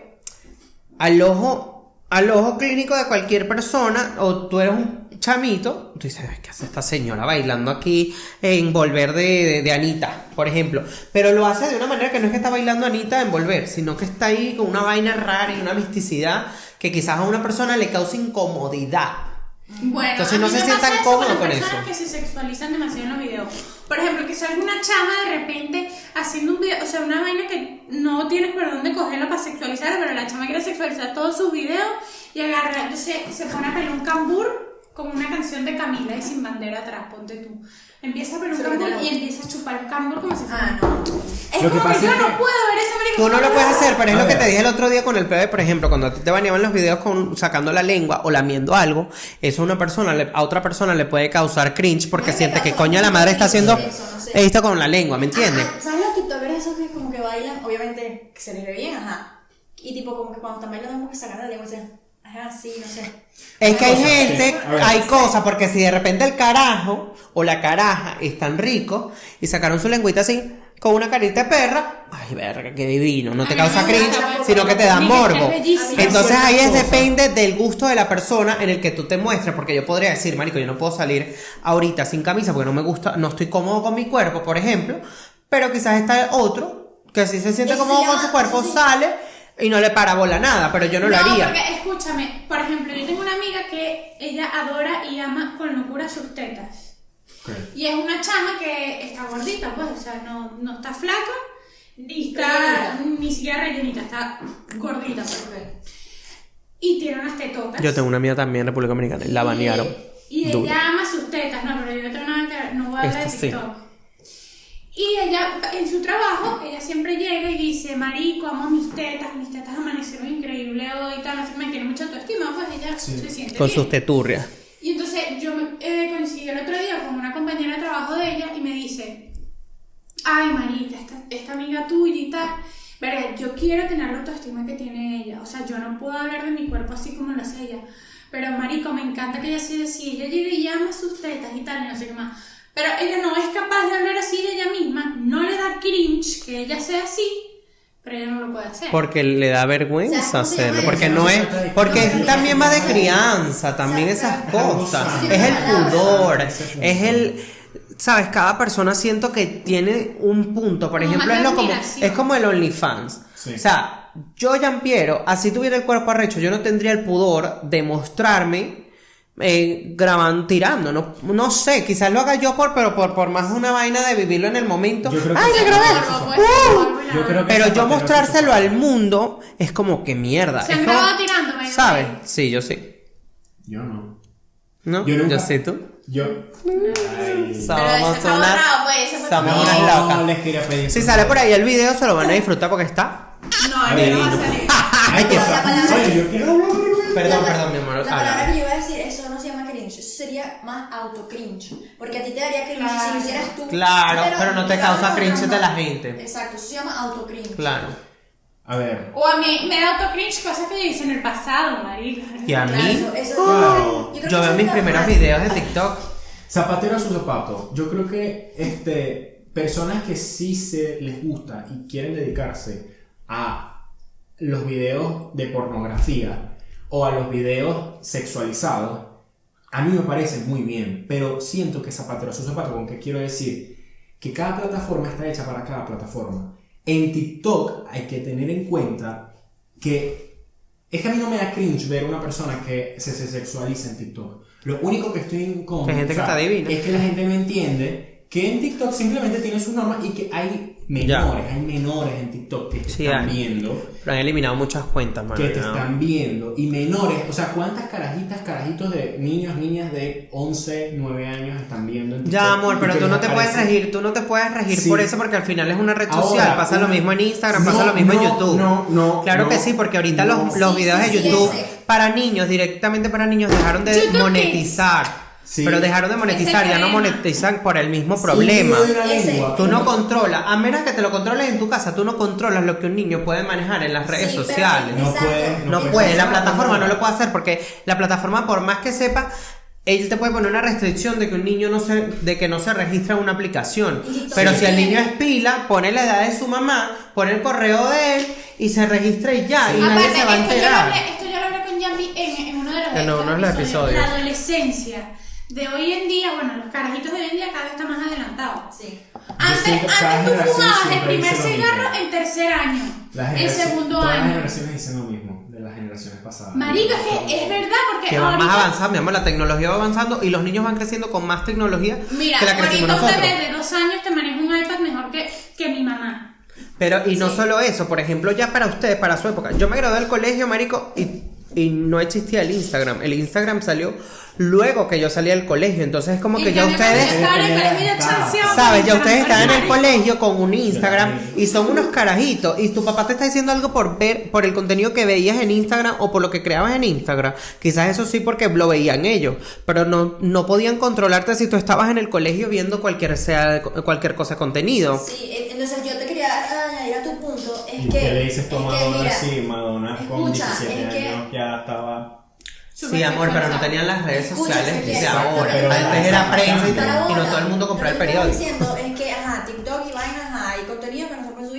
B: al ojo, al ojo clínico de cualquier persona, o tú eres un chamito, tú dices, "Ay, ¿qué hace esta señora bailando aquí en Volver de, de- de Anita, por ejemplo? Pero lo hace de una manera que no es que está bailando Anita en Volver, sino que está ahí con una vaina rara y una misticidad que quizás a una persona le causa incomodidad.
C: Bueno,
B: Entonces,
C: a mí
B: no se
C: me
B: sientan
C: pasa eso
B: cómodos
C: las
B: con
C: personas
B: eso.
C: que se sexualizan demasiado en los videos. Por ejemplo, que salga una chama de repente haciendo un video, o sea, una vaina que no tienes por dónde cogerla para sexualizar, pero la chama quiere sexualizar todos sus videos y agarra, entonces se pone a pegar un cambur con una canción de Camila y sin bandera atrás, ponte tú. Empieza a pegar un
D: Pero
C: cambur
D: no.
C: y empieza a chupar un cambur como si fuera.
D: Ah, no.
C: Es
A: Lo que
C: como que,
A: pasa
C: yo
A: es que-
C: no puedo ver esa marica.
B: Tú no lo puedes hacer, pero es
A: A
B: lo que
A: ver.
B: te dije el otro día con el plebe, por ejemplo, cuando a ti te baneaban los videos con, sacando la lengua o lamiendo algo, eso a una persona, le- a otra persona le puede causar cringe porque
D: A mí me
B: siente que
D: causa
B: coño la madre está
D: cringe
B: haciendo
D: eso, no sé.
B: esto con la lengua, ¿me entiendes?
D: Ajá, ¿Sabes los tiktokers esos que como que bailan? Obviamente que se les ve bien, ajá. Y tipo como que cuando están bailando como que sacan la lengua y dicen, ajá, sí, no sé.
B: Es que hay
A: cosas,
B: gente,
A: sí. A ver.
B: hay cosas, porque si de repente el carajo o la caraja están ricos y sacaron su lengüita así, con una carita de perra, ay, verga, qué divino, no te
C: Ay,
B: causa
C: no,
B: cringe,
C: tampoco,
B: sino que te da
C: tampoco,
B: morbo.
C: es bellísimo.
B: Entonces ahí es
A: Ciertas cosas.
B: depende del gusto de la persona en el que tú te muestres, porque yo podría decir, marico, yo no puedo salir ahorita sin camisa porque no me gusta, no estoy cómodo con mi cuerpo, por ejemplo, pero quizás está otro que sí se siente
D: Eso se
B: cómodo con
D: llama-
B: su cuerpo,
D: eso sí.
B: sale y no le para bola nada, pero yo no, lo haría.
C: porque escúchame, por ejemplo, yo tengo una amiga que ella adora y ama con locura sus tetas.
A: Ok.
C: Y es una chama que está gordita, pues, o sea, no, no está flaca, ni está
D: Rellenita.
C: ni siquiera rellenita, está gordita, pues. Y tiene unas tetotas.
B: Yo tengo una amiga también en República Dominicana y la banearon.
C: Y, y
B: Duro.
C: ella ama sus tetas, no, pero yo no tengo nada que ver, no voy a hablar de
B: Esto sí.
C: TikTok. Y ella, en su trabajo, ella siempre llega y dice, marico, amo mis tetas, mis tetas amanecieron increíble hoy, tal, así me tiene mucha autoestima, pues ella se siente
B: Con
C: bien.
B: sus teturrias.
C: Y entonces yo me eh, coincidí el otro día con una compañera de trabajo de ella y me dice, ay Marita, esta, esta amiga tuya y tal, verga, yo quiero tener la autoestima que tiene ella, o sea, yo no puedo hablar de mi cuerpo así como lo hace ella, pero marico, me encanta que ella sea así, ella llega y ama sus tetas y tal, y no sé qué más, pero ella no es capaz de hablar así de ella misma, no le da cringe que ella sea así, pero ella no lo puede hacer.
B: Porque le da
D: ¿Sabes
B: vergüenza
D: cómo se
B: hacerlo.
D: llama
B: Porque
A: eso?
B: no es.
A: Eso se trata de-
B: Porque es
D: No,
B: también
D: no,
B: va de
D: no.
B: crianza, también
D: Exacto.
B: esas cosas.
A: Abusar.
B: Es el pudor.
A: Abusar.
B: Es el. Sabes, cada persona siento que tiene un punto. Por
C: Como
B: ejemplo,
C: más
B: es,
C: de
B: lo como,
C: admiración.
B: es como el OnlyFans.
A: Sí.
B: O sea, yo, Jampiero, así tuviera el cuerpo arrecho, yo no tendría el pudor de mostrarme eh, graban- tirando. No, no sé, quizás lo haga yo, por, pero por, por más una vaina de vivirlo en el momento.
A: Yo creo que
B: ¡Ay,
A: sí.
B: le grabé!
C: Morbo, pues,
B: ¡Uh!
C: morbo y la
A: Yo creo
C: broma.
A: que-
B: Pero yo
A: Zapatero,
B: mostrárselo
A: zapatero.
B: al mundo es como que mierda.
C: Se
B: es
C: han
B: como-
C: grabado tirando, by the way.
B: ¿Sabes? Sí, yo sí.
A: Yo no.
B: ¿No?
A: Yo
B: Yo,
A: nunca-
B: sé tú.
A: Yo. Ay.
D: eso
B: Somos
D: está
B: unas.
D: borrado, pues, eso fue
B: Somos
D: conmigo.
B: unas
A: No,
B: locas.
A: les quería pedir.
B: Si sale por ahí el video, se lo van a disfrutar porque está.
C: No, no, no va a
A: Adivino.
C: salir.
A: Ay, que
D: La palabra-
A: Oye, yo quiero hablar.
B: Perdón,
D: La-
B: perdón, mi amor.
D: La
B: Ah,
D: palabra que yo iba a decir, eso no se llama cringe, eso sería más auto-cringe. Porque a ti te daría cringe si lo hicieras tú.
B: Claro, pero no te
D: lo
B: causa
D: haces
B: cringe de
D: normal.
B: la gente.
D: Exacto, eso se llama auto-cringe.
B: Claro.
A: A ver.
C: O a mí me da autocringe cosas que yo hice en el pasado, marica.
B: Y a
D: Claro,
B: mí,
D: eso- eso-
A: Wow.
D: creo que eso
B: yo veo
D: es
B: mis primeros
D: normal.
B: videos de TikTok.
A: Zapatero a su zapato. Yo creo que este, personas que sí se les gusta y quieren dedicarse a los videos de pornografía o a los videos sexualizados, a mí me parece muy bien, pero siento que Zapatero a su zapato, con que quiero decir que cada plataforma está hecha para cada plataforma. En TikTok hay que tener en cuenta que es que a mí no me da cringe ver una persona que se, se sexualiza en TikTok. Lo único que estoy en contra
B: Hay gente que está divina.
A: es que la gente no entiende que en TikTok simplemente tiene sus normas y que hay
B: Ya.
A: menores, hay menores en TikTok que te
B: Sí,
A: están
B: hay.
A: viendo,
B: Pero han eliminado muchas cuentas, mano.
A: que te
B: ¿no?
A: están viendo y menores, o sea, cuántas carajitas, carajitos de niños, niñas de 11, 9 años están viendo en TikTok.
B: Ya, amor,
A: y
B: pero
A: que
B: tú
A: les
B: no te puedes
A: aparece-
B: regir, tú no te puedes regir
A: Sí.
B: por eso porque al final es una red
A: Ahora,
B: social, pasa lo
A: una-
B: mismo en Instagram,
A: No,
B: pasa lo mismo en
A: no,
B: YouTube.
A: no, no,
B: Claro que
A: no,
B: sí, porque ahorita
A: no.
B: los, los
D: Sí,
B: videos
D: sí,
B: de
D: sí,
B: YouTube
D: ese.
B: para niños, directamente para niños, dejaron de
C: YouTube Kids.
B: monetizar.
A: Sí.
B: Pero dejaron de monetizar, ya no
C: problema.
B: monetizan por el mismo problema.
A: Sí, de una
D: Ese.
A: lengua.
B: Tú no controlas, a menos que te lo controles en tu casa, tú no controlas lo que un niño puede manejar en las redes
D: Sí, pero-
B: sociales.
A: No puedes,
B: No
A: puedes.
B: puede, la plataforma no lo puede hacer porque la plataforma, por más que sepa, él te puede poner una restricción de que un niño no se, de que no se registra en una aplicación.
D: Y-
B: Pero
D: sí.
B: si el niño es pila, pone la edad de su mamá, pone el correo de él y se registra y ya, y nadie se va
C: esto yo,
B: a
C: lo
B: enterar.
C: hablé, esto yo lo hablé con Yami en, en uno de los,
B: En uno de los episodios.
C: La adolescencia de hoy en día, bueno, los carajitos de hoy en día cada vez están más adelantados.
D: Sí.
C: Antes,
A: siento que cada
C: antes tú
A: generación
C: fumabas el
A: siempre
C: primer
A: dice lo mismo.
C: cigarro en tercer año,
A: Las
C: en
A: generaciones-
C: segundo
A: todas las
C: año.
A: generaciones dicen lo mismo de las generaciones pasadas.
C: Marico, es que es verdad porque
B: Que va
C: ahorita...
B: más avanzando, mi amor, la tecnología va avanzando y los niños van creciendo con más tecnología
C: Mira,
B: que la
C: ahorita
B: crecimos
C: un
B: nosotros.
C: bebé de dos años te maneja un iPad mejor que, que mi mamá.
B: Pero, y no
D: Sí.
B: solo eso, por ejemplo, ya para ustedes, para su época, yo me gradué del colegio, marico, y, y no existía el Instagram. El Instagram salió luego que yo salí del colegio, entonces es como
C: Y
B: que ya
C: yo
B: ustedes,
C: estaba en el colegio de chanceaba
B: ¿sabes? Ya
C: con
B: ustedes
C: Instagram,
B: están en el
C: marico.
B: colegio con un Instagram
A: también.
B: y son unos carajitos, y tu papá te está diciendo algo por ver, por el contenido que veías en Instagram o por lo que creabas en Instagram. Quizás eso sí porque lo veían ellos, pero no, no podían controlarte si tú estabas en el colegio viendo cualquier, sea, cualquier cosa de contenido.
D: Sí, en- entonces yo te quería añadir a tu punto, es
A: ¿Y
D: que...
A: qué le dices tú a
D: es que,
A: Madonna?
D: mira,
A: Sí, Madonna con
D: escucha,
A: 17
D: es que-
A: años ya estaba.
B: Sí, amor, pero no tenían las redes
D: Escucha,
B: sociales
D: Sergio,
B: de
D: exacto,
B: ahora.
A: pero-
B: Antes era prensa y,
A: Pero
B: y no
D: ahora,
B: todo el mundo compraba el
D: Lo que estamos
B: periódico.
D: diciendo es que, ajá, TikTok y vainas, ajá, y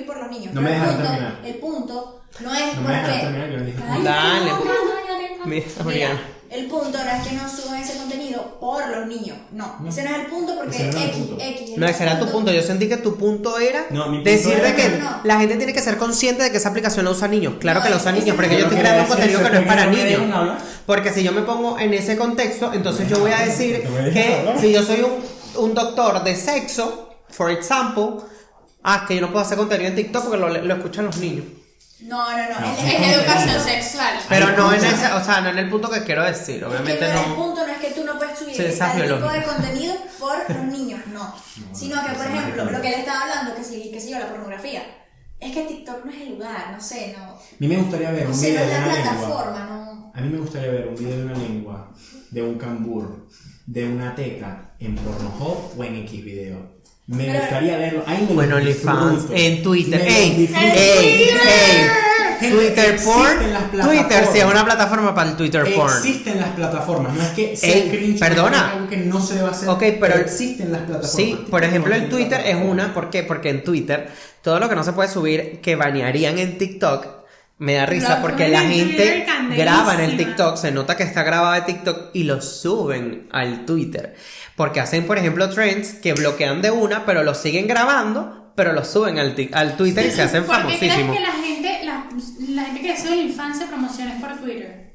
D: por los niños.
A: No
D: Pero
A: me
D: el,
A: dejaron
D: punto,
A: terminar.
D: el punto no es
A: No me dejaron
D: porque...
A: terminar, yo dije.
D: Ay,
B: Dale,
D: no,
B: pues.
D: no, no, no, no.
B: Mira,
D: Mira,
B: Oriana.
D: el punto no es que no suban ese contenido por los niños. No, ese no es el punto porque
A: Ese no
D: X,
A: era el punto.
D: X. es
B: No,
D: el
B: ese era tu punto. Yo sentí que tu punto era
A: No, mi punto
B: decir
A: era
B: de que
A: que-
D: No.
B: la gente tiene que ser consciente de que esa aplicación la usa niños. Claro
D: No,
B: que la usan
D: ese
B: niños,
D: no
B: porque
D: es
B: yo
D: lo
B: estoy
D: que
B: creando un
A: decía,
B: contenido que
A: eso
B: no es
A: es que
B: para
A: no me
B: niños.
A: dejan hablar.
B: Porque si yo me pongo en ese contexto, entonces yo voy a decir
A: No me dejan
B: que
A: hablar.
B: si yo soy un, un doctor de sexo, for example, ah, que yo no puedo hacer contenido en TikTok porque lo, lo escuchan los niños.
D: No, no, no. el- el-
C: Es educación sexual.
B: Pero
A: Ay,
B: no en
A: pucha.
B: ese, o sea, no en el punto que quiero decir, obviamente
D: es que no, El
B: no.
D: punto no es que tú no puedes subir
B: Sí,
D: ese
B: esa es
D: tipo
B: biológica.
D: de contenido por los niños, no. Sino que, por ejemplo, lo que él estaba hablando, que sí, que sí, yo, la pornografía. Es que TikTok no es el lugar, no sé, no.
A: A mí me gustaría ver
D: No
A: un
D: sé, no
A: video
D: es
A: de
D: la
A: una
D: plataforma,
A: lengua.
D: no.
A: A mí me gustaría ver un video de una lengua, de un cambur, de una teta en Pornhub o en X video. Me
D: Pero-
A: gustaría verlo. Ahí me lo
B: Bueno, OnlyFans,
A: disfruto.
B: en Twitter.
A: Me lo
B: ¡Ey!
A: disfruto.
B: ¡Ey! ¡Ey!
A: Gente,
B: Twitter
A: existen
B: porn.
A: las
B: Twitter sí es
A: plataformas.
B: una plataforma para el Twitter porn.
A: Existen las plataformas, no es que ser
B: Ey,
A: cringe
B: perdona.
A: es algo que no se deba hacer.
B: Ok, pero-
A: existen las plataformas.
B: Sí, por ejemplo, el Twitter es una. ¿Por qué? Porque en Twitter, todo lo que no se puede subir, que banearían en TikTok, me da risa
C: Lo
B: porque
C: ponen
B: la
C: en
B: gente
C: Twitter candelísima.
B: graba en el TikTok, se nota que está grabada de TikTok y lo suben al Twitter. Porque hacen, por ejemplo, trends que bloquean de una, pero lo siguen grabando, pero lo suben al, ti- al Twitter y se hacen
C: ¿Por qué crees
B: famosísimos.
C: que la gente, la, la gente que hace OnlyFans se promociona por Twitter?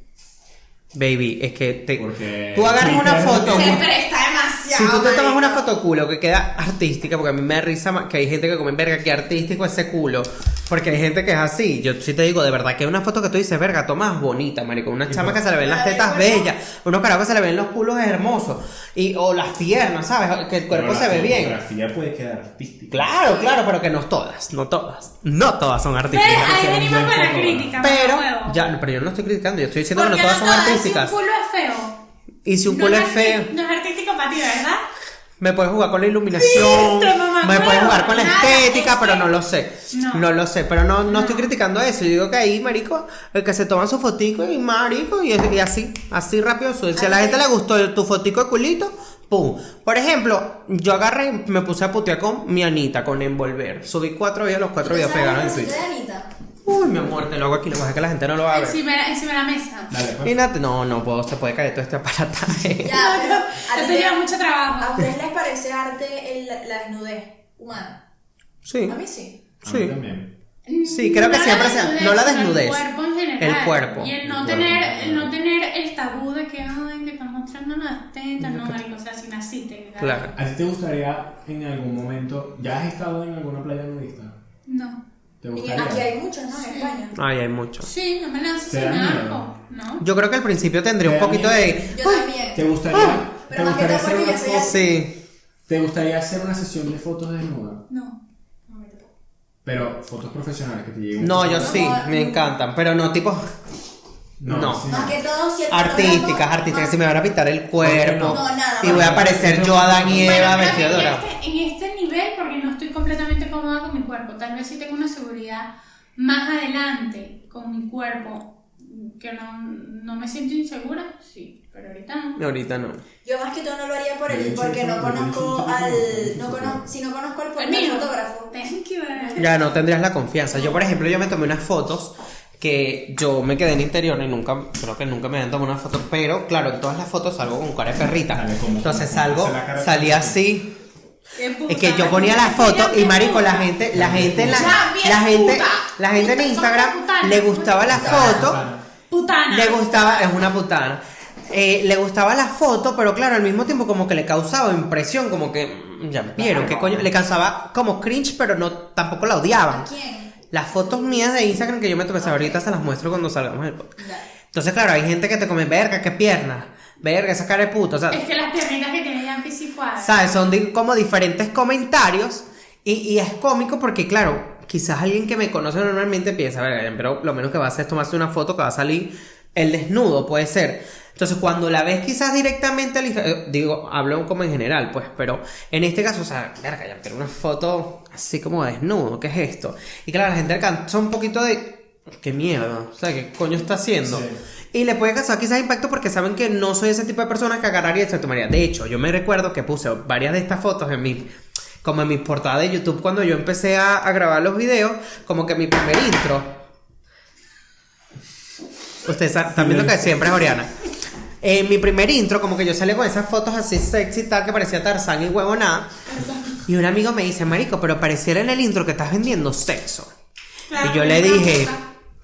B: Baby, es que te-
A: Porque
B: tú agarras una
A: Twitter-
B: foto.
A: Se
C: presta demasiado.
B: Si tú te tomas una
C: marico.
B: foto culo que queda artística, porque a mí me da risa ma- que hay gente que come verga, que artístico ese culo. Porque hay gente que es así. Yo sí te digo, de verdad, que una foto que tú dices, verga, tomas bonita, marico. Una chama que se le ven las
D: Ay,
B: tetas
D: bueno.
B: bellas, unos carajos que se le ven los culos hermosos. Y, o las piernas, ¿sabes? Que el cuerpo
A: Pero
B: se ve
A: La
B: bien.
A: fotografía puede quedar artística.
B: Claro, claro, pero que no todas, no todas. No todas son
C: Pero
B: artísticas.
C: ahí venimos
A: buen
C: con la
A: fotógrafo.
C: crítica.
B: Pero,
C: mamá huevo.
B: ya, pero yo no estoy criticando, yo estoy diciendo que
C: ¿Por qué
B: no todas son
C: todas? Si
B: artísticas.
C: un culo es feo.
B: Y si un
C: No
B: culo es
C: arti-
B: feo.
C: No es artístico para ti, ¿verdad?
B: Me puedes jugar con la iluminación,
C: Listo, mamá,
B: me puedes
C: huevo,
B: jugar con la
C: nada,
B: estética,
C: es
B: pero
C: que-
B: no lo sé. No,
C: No.
B: lo sé, pero no, no, estoy criticando eso. Yo digo que ahí, marico, el que se toman su fotico y marico, y, y así, así rápido sube. Si a la
D: Ay.
B: gente le gustó el- tu fotico de culito, pum. Por ejemplo, yo agarré y me puse a putear con mi Anita, con envolver. Subí cuatro videos, los cuatro
D: ¿Tú
B: videos
D: sabes
B: pegaron
D: la
B: en
D: cosita
B: Twitter.
D: de Anita?
B: Uy, mi amor, te lo hago aquí, lo que pasa es que la gente no lo va a ver.
C: Encima, de la- encima de la mesa.
A: Dale, pues.
B: Y nada, no, no puedo, se puede caer todo este aparataje.
D: Ya, pero a ti
C: Esto
D: te-
C: lleva mucho
D: ¿A
C: trabajo.
D: ustedes les parece arte el- la desnudez humana?
B: Sí.
D: A mí sí.
A: A mí
B: Sí.
A: también.
B: Sí, creo que siempre se- no la
C: sino
B: desnudez.
C: El cuerpo en general.
B: El cuerpo.
C: Y el
A: El
C: no,
A: cuerpo.
C: tener, el no tener el tabú de que, ay, que están mostrando las tetas, no, marico. O sea, si naciste. ¿verdad?
B: Claro.
A: ¿A ti te gustaría en algún momento, ya has estado en alguna playa nudista?
C: No.
A: ¿Te
D: Y
A: gustaría?
D: aquí hay muchas, ¿no? En España.
B: Ay, hay mucho.
C: Sí, no me lanzo
A: ¿Te
C: sin
A: da
C: arco.
A: miedo?
C: ¿No?
B: Yo creo que al principio tendría un
A: Me da
B: poquito
A: miedo.
B: de.
D: Yo también.
A: ¿Te gustaría? ¿Te
D: Ah, Pero más que
A: gustaría
D: todo
A: hacer
D: porque
A: una
D: yo soy
A: foto-
D: así.
B: Sí.
A: ¿Te gustaría hacer una sesión de fotos desnuda?
C: No.
A: Pero fotos profesionales que te lleguen.
B: No, yo sí, me encantan, pero no tipo no.
A: sí,
D: Más que todo si el
B: artísticas,
D: fotógrafo-
B: artísticas. Si me van a pintar el
A: No,
B: cuerpo
D: no, nada,
B: y voy a
D: no.
B: aparecer yo Adán y
C: Bueno,
B: Eva
C: creo que
B: vestido de dorado.
C: en, este, en este nivel, porque no estoy completamente cómoda con mi cuerpo, tal vez sí tengo una seguridad más adelante con mi cuerpo, que no, no me siento insegura, sí, pero ahorita no.
B: Ahorita no.
D: Yo más que todo no lo haría por
A: De
D: él,
A: hecho,
D: porque
A: eso
D: no
A: lo he
D: conozco
A: dicho
D: al.
A: yo,
D: No
A: eso
D: conozco,
A: fue.
D: si no conozco al
C: El
D: portal
C: mío.
D: Pues fotógrafo.
C: Thank you, baby.
B: Ya no tendrías la confianza. Yo, por ejemplo, yo me tomé unas fotos que yo me quedé en interior y nunca, creo que nunca me habían tomado una foto, pero claro, en todas las fotos salgo con cara de perrita.
A: Dale, como-
B: Entonces
A: como-
B: salgo,
A: hace la cara de
B: salí
A: perrita.
B: así.
C: Qué puta,
B: Es que yo ponía
C: marico,
B: la foto
C: mira,
B: y
C: qué
B: marico, la
C: puta.
B: gente, la gente, en la,
C: Ya, bien
B: la gente,
C: puta.
B: la gente en
C: Puta,
B: Instagram
C: puta, puta,
B: le gustaba la
A: puta,
B: foto,
A: puta.
C: Putana.
B: le gustaba, es una putana, eh, le gustaba la foto, pero claro, al mismo tiempo como que le causaba impresión, como que, mm, ya vieron, que coño, le causaba como cringe, pero no, tampoco la
D: ¿A
B: odiaban.
D: quién?
B: Las fotos mías de Instagram que yo me tomé, ahorita se las muestro cuando salgamos del podcast.
D: Dale.
B: Entonces, claro, hay gente que te come, verga, qué piernas, verga, esa cara de puto, o sea,
C: Es que las piernitas que tiene ya anticipadas.
B: ¿Sabes? Son di- como diferentes comentarios y, y es cómico porque, claro, quizás alguien que me conoce normalmente piensa, "Verga, pero lo menos que va a hacer es tomarse una foto que va a salir el desnudo, puede ser. Entonces, cuando la ves quizás directamente al Insta- eh, digo, hablo como en general, pues, pero en este caso, o sea, verga, ya pero una foto así como desnudo, ¿qué es esto? Y claro, la gente alcanza un poquito de... ¿Qué mierda? O sea, ¿qué coño está haciendo?
A: Sí.
B: Y le puede causar quizás impacto porque saben que no soy ese tipo de persona que agarraría y se tomaría. De hecho, yo me recuerdo que puse varias de estas fotos en mi como en mis portadas de YouTube cuando yo empecé a, a grabar los videos, como que mi primer intro. Ustedes sa- están viendo que siempre es Oriana. En mi primer intro, como que yo salí con esas fotos así sexy y tal, que parecía Tarzán y huevonada. Y un amigo me dice, Marico, pero pareciera en el intro que estás vendiendo sexo.
C: Claro,
B: y yo le
C: porque no
B: dije,
C: gusta.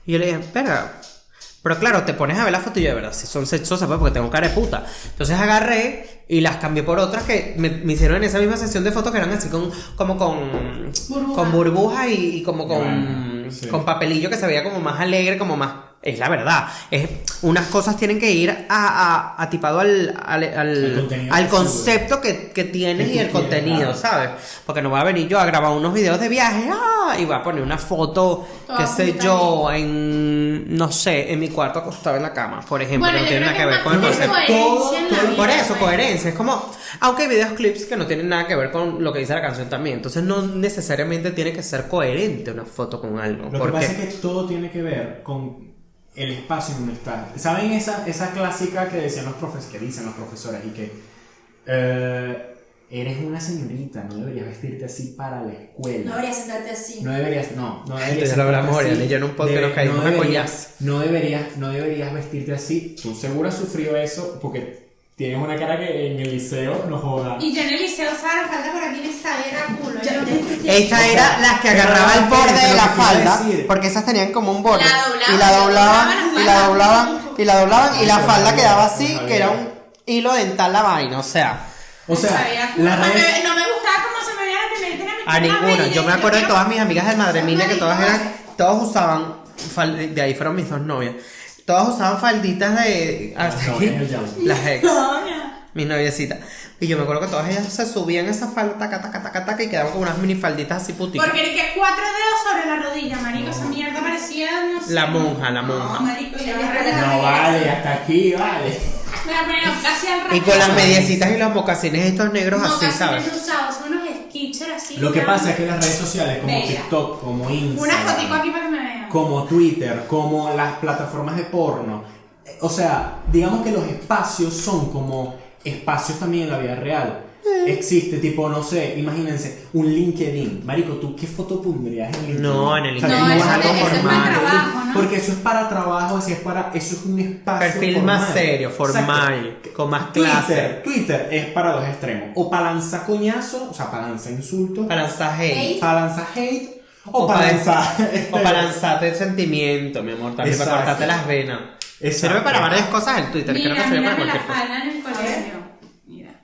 B: y yo le dije, espera. Pero claro, te pones a ver la foto y yo, de verdad, si son sexosas, pues porque tengo cara de puta. Entonces agarré y las cambié por otras que me, me hicieron en esa misma sesión de fotos que eran así con, como con,
C: Burbuja.
B: con burbujas y, y como con,
A: Bueno, sí.
B: con papelillo que se veía como más alegre, como más, es la verdad. Es, unas cosas tienen que ir a, a- atipado al, al, al-
A: Al contenido
B: al
A: que
B: concepto que, que tienes
A: Que
B: y
A: tú
B: el
A: quieres,
B: contenido,
A: claro.
B: ¿sabes? Porque no voy a venir yo a grabar unos videos de viaje ¡ah! y voy a poner una foto,
C: Toda
B: qué sé
C: junta
B: yo, en, no sé, en mi cuarto acostado en la cama, por ejemplo.
C: Bueno,
B: no
C: yo
B: tiene
C: creo
B: nada que
C: que
B: ver
C: es
B: con el
C: más
B: concepto.
C: coherencia en la vida,
B: por eso,
C: pues.
B: coherencia. Es como, aunque hay videos clips que no tienen nada que ver con lo que dice la canción también. Entonces no necesariamente tiene que ser coherente una foto con algo.
A: Lo que
B: porque
A: pasa es que todo tiene que ver con el espacio en donde estás. ¿Saben esa, esa clásica que decían los profes, que dicen los profesores y que eh, eres una señorita, no deberías vestirte así para la
D: No
A: escuela?
D: deberías sentarte así.
A: No deberías, no, no deberías.
B: Entonces lo hablamos,
A: vestirte
B: Oriana,
A: así.
B: y yo en un podcast
A: Debe-
B: nos caímos
A: no
B: a
A: deberías, no deberías, no deberías vestirte así. Tú seguro has sufrido eso porque tienes una cara que en el liceo no joda.
C: Y yo en el liceo usaba la falda por aquí me sabía a culo.
D: Ya,
C: yo-
D: ya, ya, ya.
B: Esta
A: sea,
B: era las que
A: pero
B: agarraba
A: no
B: el borde
A: entiendo
B: de
A: lo
B: la
A: que quiero
B: falda,
A: decir.
B: porque esas tenían como un borde.
C: La
B: y la doblaban,
C: doblaban,
B: y la
C: la
B: doblaban, y la doblaban, y la
A: Eso
B: falda
A: no
B: quedaba
A: sabía,
B: así,
A: no
B: que era
A: sabía.
B: un hilo dental la vaina, o sea.
A: O
C: Sabía a
A: sea,
C: culo.
A: las
C: no,
A: redes-
C: me, no me gustaba cómo se me veía la primera tenía
B: A Ah, ninguna. Yo me acuerdo de todas mis amigas de Madre Mía que todas eran, todas usaban, fal- de ahí fueron mis dos novias. Todas usaban falditas de.
A: Ah,
B: hasta
A: novias
B: aquí.
A: del Yankee.
B: las ex.
C: No,
B: Mis noviecitas. Y yo me acuerdo que todas ellas se subían esa falda, taca, taca, taca, taca, y quedaban con unas minifalditas así puticas.
C: Porque era que cuatro dedos sobre la rodilla, marico. Esa mierda parecía, no sé.
B: La monja, la monja.
C: No, marico, yo me
D: No.
C: acuerdo.
A: No vale, hasta aquí vale.
C: Me la ponían casi al rato.
B: Y con las mediecitas y los mocasines estos negros
C: No,
B: así,
C: casi
B: ¿sabes?
C: no usados, son unos skitchers así.
A: Lo que
C: una-
A: pasa es que las redes sociales como
C: Bella.
A: TikTok, como
C: Una fotico
A: Instagram,
C: aquí para que me vean.
A: como Twitter, como las plataformas de porno, eh, o sea, digamos que los espacios son como espacios también en la vida real. Existe tipo, no sé, imagínense, un LinkedIn. Marico, ¿tú qué foto pondrías en LinkedIn?
B: No, en el
A: O sea,
C: LinkedIn
A: tú
C: no,
A: vas a
C: eso-
A: algo
C: eso es
A: formal.
C: para trabajo, ¿no?
A: Porque eso es para trabajo, así es para, eso es un espacio
B: Perfil más
A: formal.
B: serio, formal,
A: Exacto.
B: con más clase.
A: Twitter, Twitter es para los extremos. O para lanzar coñazo, o sea, para lanzar insultos.
B: Para lanzar hate.
A: Para lanzar hate. O,
B: O
A: para
B: para-
A: lanzar.
B: O para lanzarte el sentimiento, mi amor, también para
A: Exacto.
B: cortarte las venas.
A: Exacto.
B: Sirve para varias cosas el Twitter, creo
C: Mira,
B: que sirve
C: mira
B: para
C: me la
B: cualquier cosa.
C: falda en el colegio. Mira.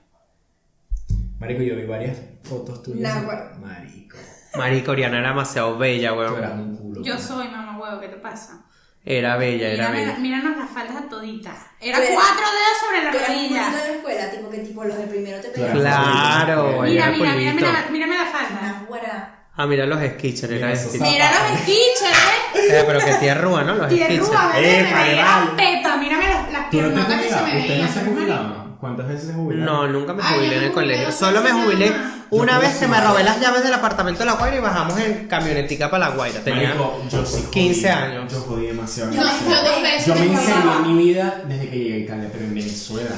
A: Marico, yo vi varias fotos tuyas.
D: Nah, güey.
A: Marico.
B: Marico, Oriana era demasiado bella,
A: Tú
B: weón.
A: eras un culo. pues.
C: Yo soy mamá huevo, ¿qué te pasa?
B: Era bella, era
C: Mírame la-
B: bella.
C: míranos las faldas a toditas. Era
D: Pero-
C: cuatro dedos sobre la
D: Tú eras un culito
C: rodilla.
D: de la escuela, tipo que tipo los de primero te
A: Claro.
D: pedían.
B: Claro,
A: Mira,
C: Mira,
B: era
C: mira, mírame
B: culito.
C: la, mírame la falda.
D: Una güera.
B: Ah, mira los skitchers,
A: Mira
B: era
A: esos
B: skitchers.
A: zapatos.
C: Mira los esquiches,
B: Eh, pero que tierrúa, ¿no? Los
C: Tierrúa,
B: skitchers.
A: Epa,
C: ¿verdad? Me veía
A: vale.
C: la pepa, mírame las, las
A: ¿Tú no te
C: piernotas que se
A: jubilabas?
C: me
A: ¿Usted no
C: veían.
A: se jubilaba? ¿Cuántas veces se jubilaba?
B: No, nunca me
C: Ay,
B: jubilé
C: yo
B: en el
C: me
B: colegio.
C: jubilé
B: Solo
C: dos
B: me
C: veces
B: jubilé
C: nada más.
B: una
A: Yo
B: vez,
A: puedo
B: se me
A: jubilar.
B: robé las llaves del apartamento de La Guaira y bajamos en camionetica para La Guaira. Tenía
A: Marico, yo sí jodí.
B: 15 años.
A: Yo jodí demasiado.
D: Yo-
C: no, yo dos veces
A: Yo me
C: me
A: enseñé
C: colgaba.
A: mi vida desde que llegué a Italia, pero en Venezuela.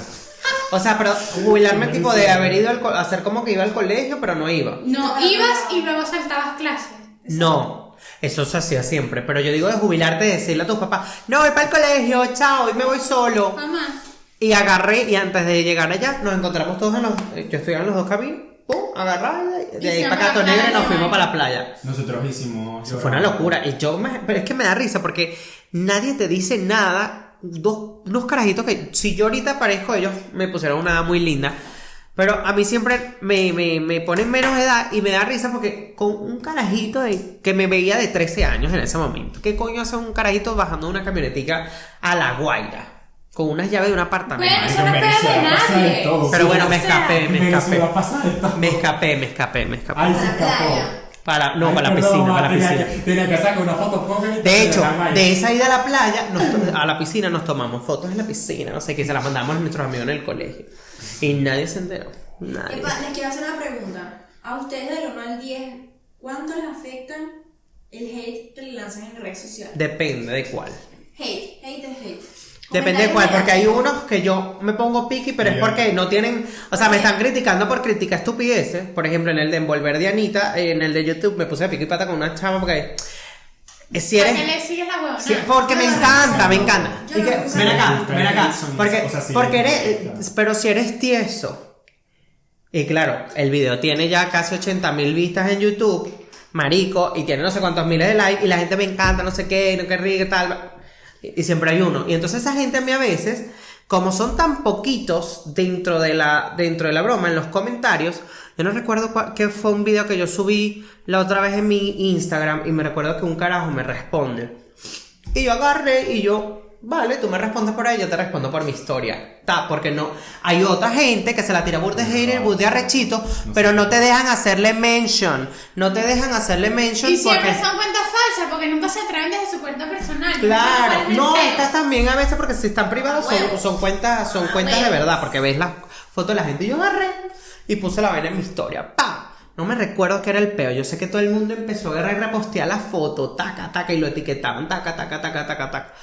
B: O sea, pero jubilarme tipo de haber ido al co- hacer como que iba al colegio, pero no iba.
C: No, ibas y luego saltabas clases.
B: No, eso se hacía siempre. Pero yo digo de jubilarte, decirle a tus papás, no, voy para el colegio, chao, y me voy solo.
C: Mamá.
B: Y agarré, y antes de llegar allá, nos encontramos todos en los. eh, Yo estudiaba en los dos caminos, pum, agarrada,
C: Y
B: de ahí
C: se
B: para
C: van a
B: Cato
C: la
B: Negro y nos
C: playa.
B: fuimos para la playa.
A: Nosotros hicimos.
B: Eso fue una locura. Y yo me- pero es que me da risa porque nadie te dice nada. Dos, unos carajitos que si yo ahorita parezco ellos, me pusieron una edad muy linda. Pero a mí siempre me, me, me ponen menos edad y me da risa porque con un carajito de- que me veía de 13 años en ese momento. ¿Qué coño hace un carajito bajando una camionetica a la guaira? Con unas llaves de un apartamento.
C: Bueno,
A: Marico,
C: eso no
A: en
C: es pedo de
A: Venezuela pasa de
C: nadie.
A: todo.
B: Pero bueno,
C: o
B: me
C: sea,
B: escapé, me
A: En Venezuela
B: escapé.
A: pasa esto.
B: Me escapé, me escapé, me escapé.
A: Ay, se
D: Para la
A: escapó.
D: playa.
B: Para, no,
A: Ay,
B: para la
A: perdón,
B: piscina, para la
A: tenía
B: piscina.
A: que- Tenía que sacar una foto con él.
B: De hecho,
A: la
B: de esa ida a la playa, nos to- a la piscina, nos tomamos fotos en la piscina, no sé qué, se las mandamos a nuestros amigos en el colegio. Y nadie se enteró. Nadie.
D: Epa, les quiero hacer una pregunta. A ustedes del 1 al 10, ¿cuánto les afecta el hate que le lanzan en redes sociales?
B: Depende de cuál.
D: Hate, hate es hate.
B: Depende de cuál, porque hay unos que yo me pongo piqui, pero es
A: Ya.
B: porque no tienen. O sea, me están criticando por criticar estupideces. Por ejemplo, en el de envolver de Anita, en el de YouTube, me puse piqui pata con una chava porque. eh, Si
C: ¿Para qué
B: eres.
C: le sigues la huevona?
B: si- porque me
D: Yo no
B: encanta,
D: sé.
B: me encanta.
D: Yo
B: Y
D: no
B: que-
D: sé.
B: ven acá,
A: Pero
B: ven acá.
A: Wilson,
B: Porque,
A: o sea, sí,
B: porque eres.
A: claro.
B: Pero si eres tieso. Y claro, el video tiene ya casi 80 mil vistas en YouTube, marico, y tiene no sé cuántos miles de likes, y la gente me encanta, no sé qué, no que ríe, tal. Y, y siempre hay uno. Y entonces esa gente a mí a veces, como son tan poquitos dentro de la, dentro de la broma, en los comentarios, yo no recuerdo cuál- qué fue un video que yo subí la otra vez en mi Instagram, y me recuerdo que un carajo me responde. Y yo agarré y yo, vale, tú me respondes por ahí, yo te respondo por mi historia. Ta, porque no. Hay otra gente que se la tira burda de hater, burda de arrechito, pero no te dejan hacerle mention. No te dejan hacerle mention
C: Y siempre
B: porque.
C: son cuentas falsas porque nunca se atreven desde su cuenta personal.
B: Claro, no, estas
C: está
B: también a veces porque si están privadas son,
D: Huevos.
B: son cuentas, son
D: Ah,
B: cuentas de
D: huevos.
B: verdad, porque ves las fotos de la gente. Y Yo agarré y puse la vaina en mi historia. ¡Pa! No me recuerdo que era el peo. Yo sé que todo el mundo empezó a agarrar y repostear la foto, taca, taca, y lo etiquetaban, taca, taca, taca, taca, taca.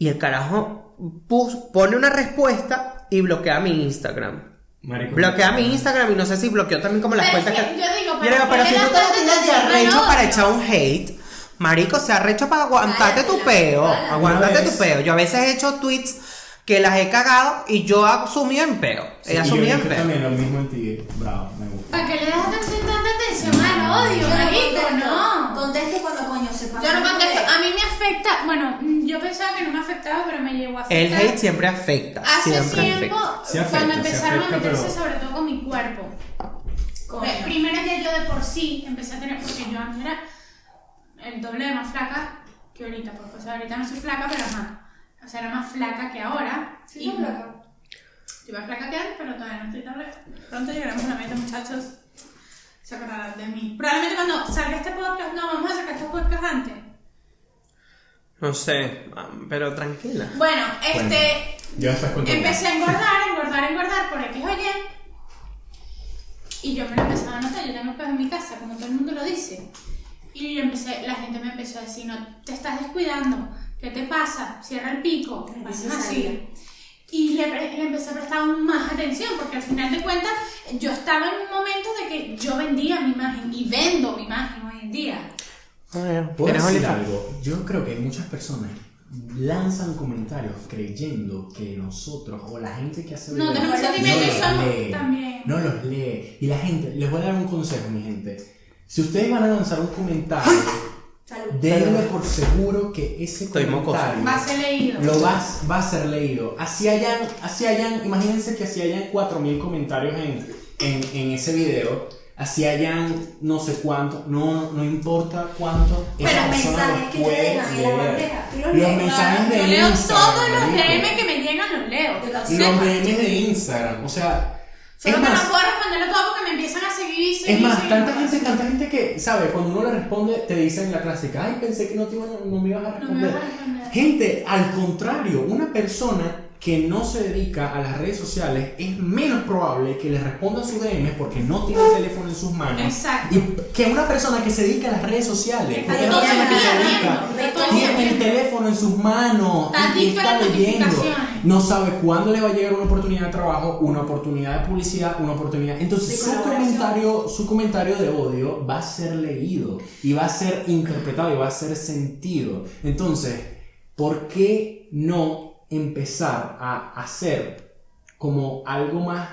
B: Y el carajo pus- pone una respuesta y bloquea mi Instagram.
A: Marico.
B: Bloquea mi Instagram y no sé si bloqueó también como las
C: Pero
B: cuentas
C: es
B: que.
C: que yo digo,
B: Yo
C: ¿para
B: digo,
C: qué
B: pero
C: le
B: si tú
C: das
B: te
C: tanta
B: tienes de
C: atención al
B: arrecho para
C: otro?
B: echar un hate, marico, se arrecho para aguantarte tu
D: Cállate,
B: peo.
D: cállate.
B: Aguántate
A: Una
B: tu
A: vez-
B: peo. Yo a veces he hecho tweets que las he cagado y yo asumí en peo.
A: Sí,
B: Ella
A: y yo
B: asumía en
A: creo
B: peo.
A: también lo mismo en ti. Bravo, me gusta.
C: ¿Para qué le das atención- tanta atención al odio,
D: Yo no
C: marico?
D: contesto.
C: No.
D: Contesto cuando coño se pasa.
C: Yo no contesto. Ah, A mí me afecta. Bueno, mm, yo pensaba que no me afectaba, pero me llegó a afectar.
B: El hate siempre afecta.
C: Hace
B: siempre
C: tiempo,
B: afecta.
A: Sí afecta,
C: cuando
A: sí
C: empezaron
A: afecta,
C: a meterse
A: pero-
C: sobre todo con mi cuerpo. Pues,
D: Coño.
C: Primero que yo de por sí empecé a tener, porque yo antes era el doble de más flaca que ahorita, porque o sea, ahorita no soy flaca, pero ajá. O sea, era más flaca que ahora.
D: Sí, yo flaca.
C: Yo más flaca que antes, pero todavía no estoy tan flaca. Pronto llegaremos a la meta, muchachos. Se acordarán de mí. Probablemente cuando salga este podcast, no, vamos a sacar este podcast antes.
B: No sé,
A: ah,
B: pero tranquila.
C: Bueno, este...
A: Bueno, Yo después cuento.
C: Empecé a engordar, engordar, engordar por X o Y. Y yo me lo empezaba a notar, yo tengo peos en mi casa, como todo el mundo lo dice. Y yo empecé, la gente me empezó a decir, no, te estás descuidando, ¿qué te pasa? Cierra el pico, vainas así. Y le, pre- le empecé a prestar aún más atención, porque al final de cuentas yo estaba en un momento de que yo vendía mi imagen y vendo mi imagen hoy en día.
A: ¿Puedo
B: ¿Tienes
A: decir
B: OnlyFans?
A: algo? Yo creo que muchas personas lanzan comentarios creyendo que nosotros o la gente que hace
C: No,
A: videos
C: tenemos
A: no
C: sentimientos y
A: los
C: somos
A: lee,
C: también.
A: No los lee. Y la gente, les voy a dar un consejo, mi gente. Si ustedes van a lanzar un comentario,
D: Salud.
A: denle por seguro que ese
B: Estoy mocoso.
A: comentario
C: Va a ser leído.
A: lo vas, va a ser leído. Así hayan, así hayan, imagínense que así hayan 4.000 comentarios en, en, en ese video, así hayan no sé cuánto, no, no importa cuánto.
D: Pero
A: esa
D: los
A: persona
D: mensajes
A: lo
D: que te
A: puede
D: dejan en la
A: leer.
D: bandeja, tú los
A: los
D: lees.
A: mensajes de
C: Yo leo
A: Instagram.
C: todos los
A: marico.
C: DM que me llegan, los leo.
D: Yo
A: Los
D: también.
C: Sepa.
A: DMs de Instagram, o sea,
C: Solo
A: es
C: que
A: más,
C: no puedo responderlo todo porque me empiezan a seguir y seguir.
A: es más,
C: y
A: tanta
C: seguir.
A: gente, tanta gente que, ¿sabes? Cuando uno le responde, te dicen en la clásica, ay, pensé que no, te iban a- no me ibas a
C: No me
A: responder.
C: vas a responder.
A: Gente, al contrario, una persona que no se dedica a las redes sociales es menos probable que le responda a sus DMs porque no tiene el teléfono en sus manos.
C: Exacto.
A: Y que una persona que se dedica a las redes sociales, porque es una
D: Entonces,
A: persona que se
D: mira,
A: dedica,
D: mira,
C: todo el día
A: tiene el
C: viendo.
A: teléfono en sus manos
C: Está
A: y
C: adicto a
A: está
C: las
A: leyendo.
C: notificaciones.
A: No sabe cuándo le va a llegar una oportunidad de trabajo, una oportunidad de publicidad, una oportunidad.
D: De
A: Entonces su
D: colaboración.
A: comentario, su comentario de odio va a ser leído y va a ser interpretado y va a ser sentido. Entonces, ¿por qué no empezar a hacer como algo más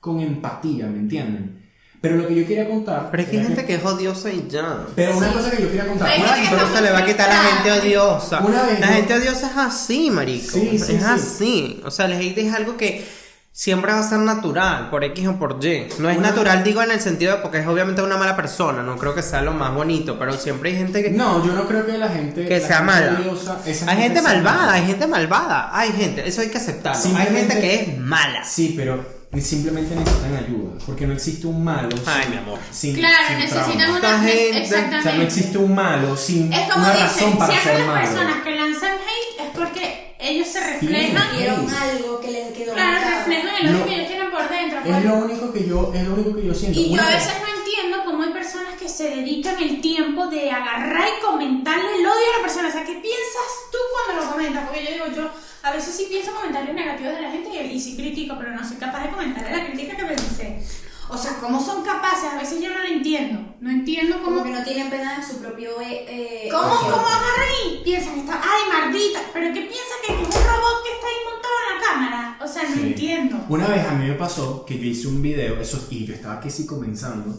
A: con empatía, ¿me entienden? Pero lo que yo quería contar.
B: Pero es que hay
A: era
B: gente que es odiosa y ya.
A: Pero una cosa que yo quería contar.
C: Hay
A: una-
C: gente que
B: Pero
C: está
B: se le va a quitar a la gente
C: frustrada.
B: odiosa.
A: Una vez,
B: la
A: ¿no?
B: gente odiosa es así, marico.
A: Sí, sí,
B: es
A: sí.
B: así. O sea, el hate es algo que siempre va a ser natural, por X o por Y. No es
A: Una-
B: natural, digo, en el sentido de porque es obviamente una mala persona. No creo que sea lo más bonito, pero siempre hay gente que,
A: No, yo no creo que la gente.
B: que
A: la
B: sea
A: gente
B: mala.
A: odiosa, esa
B: hay gente
A: sea
B: malvada,
A: mala.
B: hay gente malvada. Hay gente, eso hay que aceptarlo. Hay gente
A: Simplemente-
B: que es mala.
A: Sí, pero simplemente necesitan ayuda. Porque no existe un malo.
B: Ay,
A: sin-
B: mi amor.
A: sin-
C: Claro,
A: sin
C: necesitan
A: trauma.
C: una.
B: Esta gente-
A: O sea, no
C: Exactamente.
A: existe un malo sin
C: es como
A: una razón
C: dicen,
A: para
C: siempre
A: ser
C: las
A: malo.
C: personas que lanzan hate es porque ellos se reflejan.
A: Sí.
D: Vieron algo que les quedó
C: Claro,
D: marcado.
C: reflejan el odio
A: No.
C: que ellos tienen por dentro.
A: Es
C: pues.
A: lo único que yo, es lo único que yo siento.
C: Y yo
A: Una
C: a
A: vez-
C: veces no entiendo cómo hay personas que se dedican el tiempo de agarrar y comentarle el odio a la persona. O sea, ¿qué piensas tú cuando lo comentas? Porque yo digo, yo a veces sí sí pienso comentarios negativos de la gente y, y sí critico, pero no soy capaz de comentar la crítica que me dice. O sea, ¿cómo son capaces? A veces yo no lo entiendo. No entiendo cómo.
D: Como que no tienen pena de su propio. Eh, eh,
C: ¿Cómo,
D: ocio.
C: cómo agarran y piensan está ay, maldita? ¿Pero qué piensan que es un robot que está ahí montado en la cámara? O sea, no
A: Sí.
C: entiendo.
A: Una vez a mí me pasó que yo hice un video, eso, y yo estaba que sí comenzando,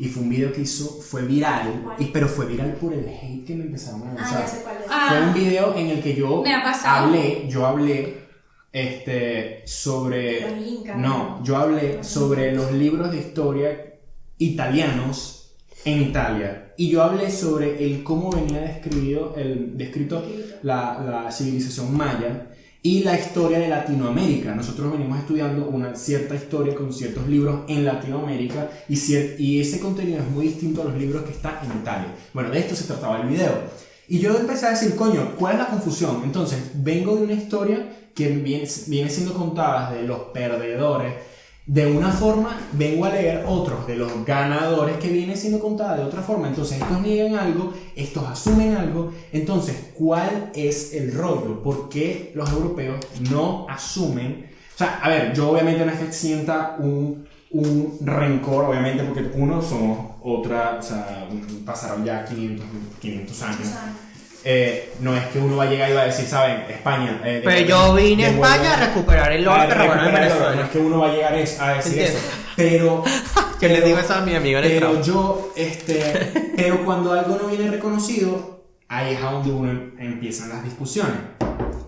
A: y fue un video que hizo, fue viral, y- pero fue viral por el hate que me empezaron a
D: Ah,
A: lanzar.
D: ya sé cuál es.
C: Ah.
A: Fue un video en el que yo
C: Me ha pasado.
A: hablé, yo hablé este, sobre...
D: Los incas.
A: No, yo hablé sobre los libros de historia italianos en Italia. Y yo hablé sobre el cómo venía describido, el, descrito la, la civilización maya y la historia de Latinoamérica. Nosotros venimos estudiando una cierta historia con ciertos libros en Latinoamérica y, cier- y ese contenido es muy distinto a los libros que está en Italia. Bueno, de esto se trataba el video. Y yo empecé a decir, coño, ¿cuál es la confusión? Entonces, vengo de una historia que viene, viene siendo contada de los perdedores. De una forma, vengo a leer otros de los ganadores que viene siendo contada de otra forma. Entonces, estos niegan algo, estos asumen algo. Entonces, ¿cuál es el rollo? ¿Por qué los europeos no asumen? O sea, a ver, yo obviamente no es que sienta un, un rencor, obviamente, porque uno somos otra, o sea, pasaron ya 500, 500 años. Eh, no es que uno va a llegar y va a decir, ¿saben? España. eh,
B: Pero
A: devuelve-
B: yo vine a
A: devuelve-
B: España a recuperar el
A: Ah,
B: oro que robaron en
A: recupera el oro. No es
B: Venezuela.
A: que uno va a llegar es- a decir
B: Entiendo.
A: eso. Pero.
B: Yo le
A: pero-
B: digo eso a mi amigo en el
A: Pero
B: trabajo.
A: yo, este. pero cuando algo no viene reconocido, ahí es a donde uno em- empiezan las discusiones.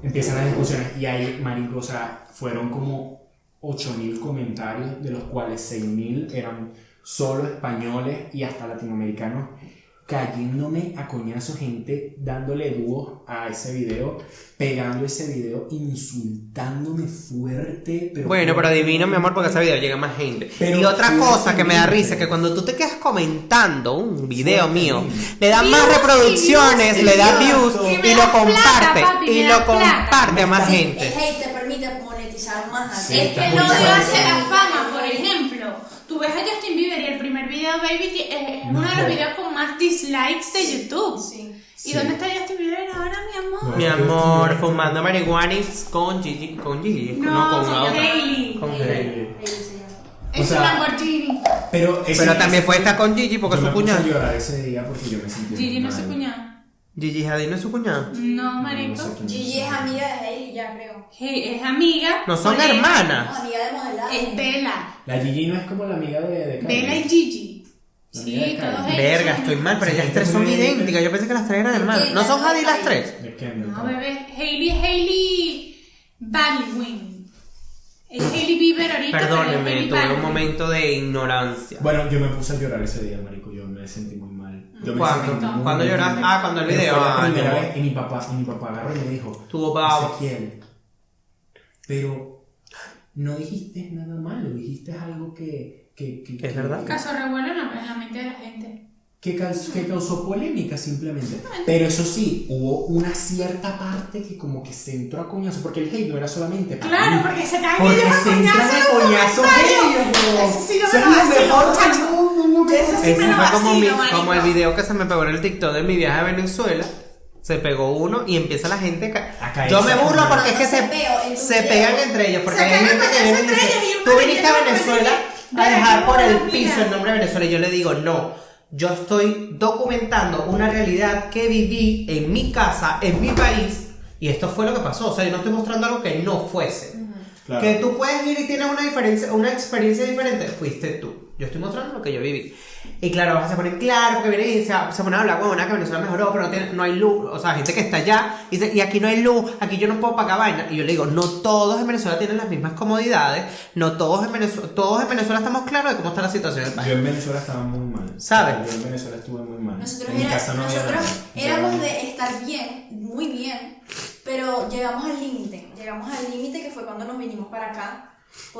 A: Empiezan las discusiones. Y ahí, marico, o sea, fueron como 8000 comentarios, de los cuales 6000 eran solo españoles y hasta latinoamericanos cayéndome a coñazo gente dándole dúos a ese video, pegando ese video, insultándome fuerte, pero
B: Bueno, pero adivino, mi amor, porque ese video llega a más gente.
A: Pero
B: y otra
A: fue
B: cosa que me da
A: horrible.
B: risa, que cuando tú te quedas comentando un video
A: Fue
B: mío,
A: horrible.
B: le dan más
C: Views y
B: reproducciones,
C: views.
B: le da views
A: Exacto.
C: Y me
B: y lo
C: das plata,
B: comparte.
C: papi,
B: Y
C: me
B: lo
C: das plata.
B: comparte a más
A: Sí,
D: El
B: gente.
D: hate te permite monetizar más.
A: Sí,
C: Es que
A: estás
C: el
A: muy
C: odio
A: fuerte.
C: hace la fama, por ejemplo. Tú ves a Justin Bieber y el primer video, Baby, que es es uno de los
A: No.
C: videos con más dislikes de YouTube.
D: Sí.
C: ¿Y
A: Sí.
C: dónde está Justin Bieber ahora, mi amor?
B: Mi amor, fumando marihuanis con Gigi. Con Gigi.
C: No,
B: con
C: con
B: la otra.
C: Hailey.
B: Con Hailey.
A: Horrible.
D: Ahí se llama.
A: O
C: Es
A: sea,
C: un Lamborghini.
A: Pero, ese-
B: Pero también fue esta con Gigi
A: yo
B: porque es su
A: me puse a
B: cuñado.
A: llorar ese día porque yo me sentí
C: Gigi
A: muy
C: no se
A: mal.
C: cuñado.
B: Gigi Hadid no es su cuñado.
C: No,
A: No
C: marico.
A: sé quién
D: Gigi es amiga de Hailey, ya creo.
C: Hey, es amiga.
B: No son
C: porque
A: Ah.
D: No,
B: hermanas.
D: amiga de modelado.
C: Es
B: Este,
C: Bella.
A: La Gigi no es como la amiga de, de Carmen.
C: Bella y Gigi.
A: La amiga de
C: Sí,
A: Carmen.
C: todos ellos.
B: Verga,
C: son-
B: estoy mal, pero
A: Sí,
B: ellas tres son
A: muy bien.
B: idénticas. Yo pensé que las tres eran hermanas. ¿No son Hadid las tres?
A: De Kendall.
C: No, bebé. Hailey, Hailey Baldwin. Es Hailey Bieber ahorita. pero es
B: Perdóneme,
C: Hailey
B: tuve un
C: Baldwin.
B: momento de ignorancia.
A: Bueno, yo me puse a llorar ese día, marico. Yo me sentí muy mal. Yo me
B: ¿Cuándo?
A: sentí muy
B: ¿Cuándo
A: mal.
B: lloraste? Ah, cuando el
A: Pero
B: video.
A: Fue la
B: Ah,
A: primera
B: no.
A: vez y mi papá, y mi papá agarró y me dijo,
B: Tu papá.
A: Ezequiel, pero no dijiste nada malo, dijiste algo que... que, que-
B: Es verdad.
A: que-
C: Caso revuelo en la, en la mente de la gente.
A: que, caus- que causó polémica simplemente. Pero eso sí, hubo una cierta parte que como que se entró a coñazo, porque el hate no era solamente para
C: Claro,
A: mí.
C: porque se caen
A: Porque
C: ellos a
A: se entran
C: coñazo
A: a
C: en los
A: coñazo
C: comentarios. Eso sí yo me lo vacilo, muchacho. Eso sí
B: Ese
C: me lo
B: fue como, mi-
C: vacilo, marico.
B: como el video que se me pegó en el TikTok de mi viaje a Venezuela. Se pegó uno y empieza la gente a ca-
A: A caer.
B: Yo me burlo porque es que
D: No
B: se,
D: te veo en tu
B: se
D: video.
B: pegan entre ellos. Porque
C: Se
B: hay
C: caen
B: gente que
C: entre
B: viene y dice,
C: ellos y uno
B: tú
C: le
B: viniste
C: llega
B: a
C: a
B: Venezuela
C: decir,
B: a dejar por el
C: mira".
B: piso el nombre de Venezuela. Y yo le digo, no, yo estoy documentando una realidad que viví en mi casa, en mi país. Y esto fue lo que pasó. O sea, yo no estoy mostrando algo que no fuese.
A: Claro.
B: Que tú puedes ir y tienes una, diferencia, una experiencia diferente, fuiste tú. Yo estoy mostrando lo que yo viví. Y claro, vas a poner claro, porque vienen y se, se ponen a hablar, bueno, que Venezuela mejoró, pero no, tiene- no hay luz. O sea, gente que está allá y dice, y aquí no hay luz, aquí yo no puedo pagar vaina. Y yo le digo, no todos en Venezuela tienen las mismas comodidades, no todos en Venezuela, todos en Venezuela estamos claros de cómo está la situación del
A: Yo
B: país.
A: en Venezuela estaba muy mal.
B: ¿Sabes?
A: Yo en Venezuela estuve muy mal.
D: Nosotros,
A: en mi
D: era-
A: casa no había
D: nosotros
A: nada. Yo-
D: éramos de estar bien, muy bien, pero llegamos al límite. Llegamos al límite que fue cuando nos vinimos para acá,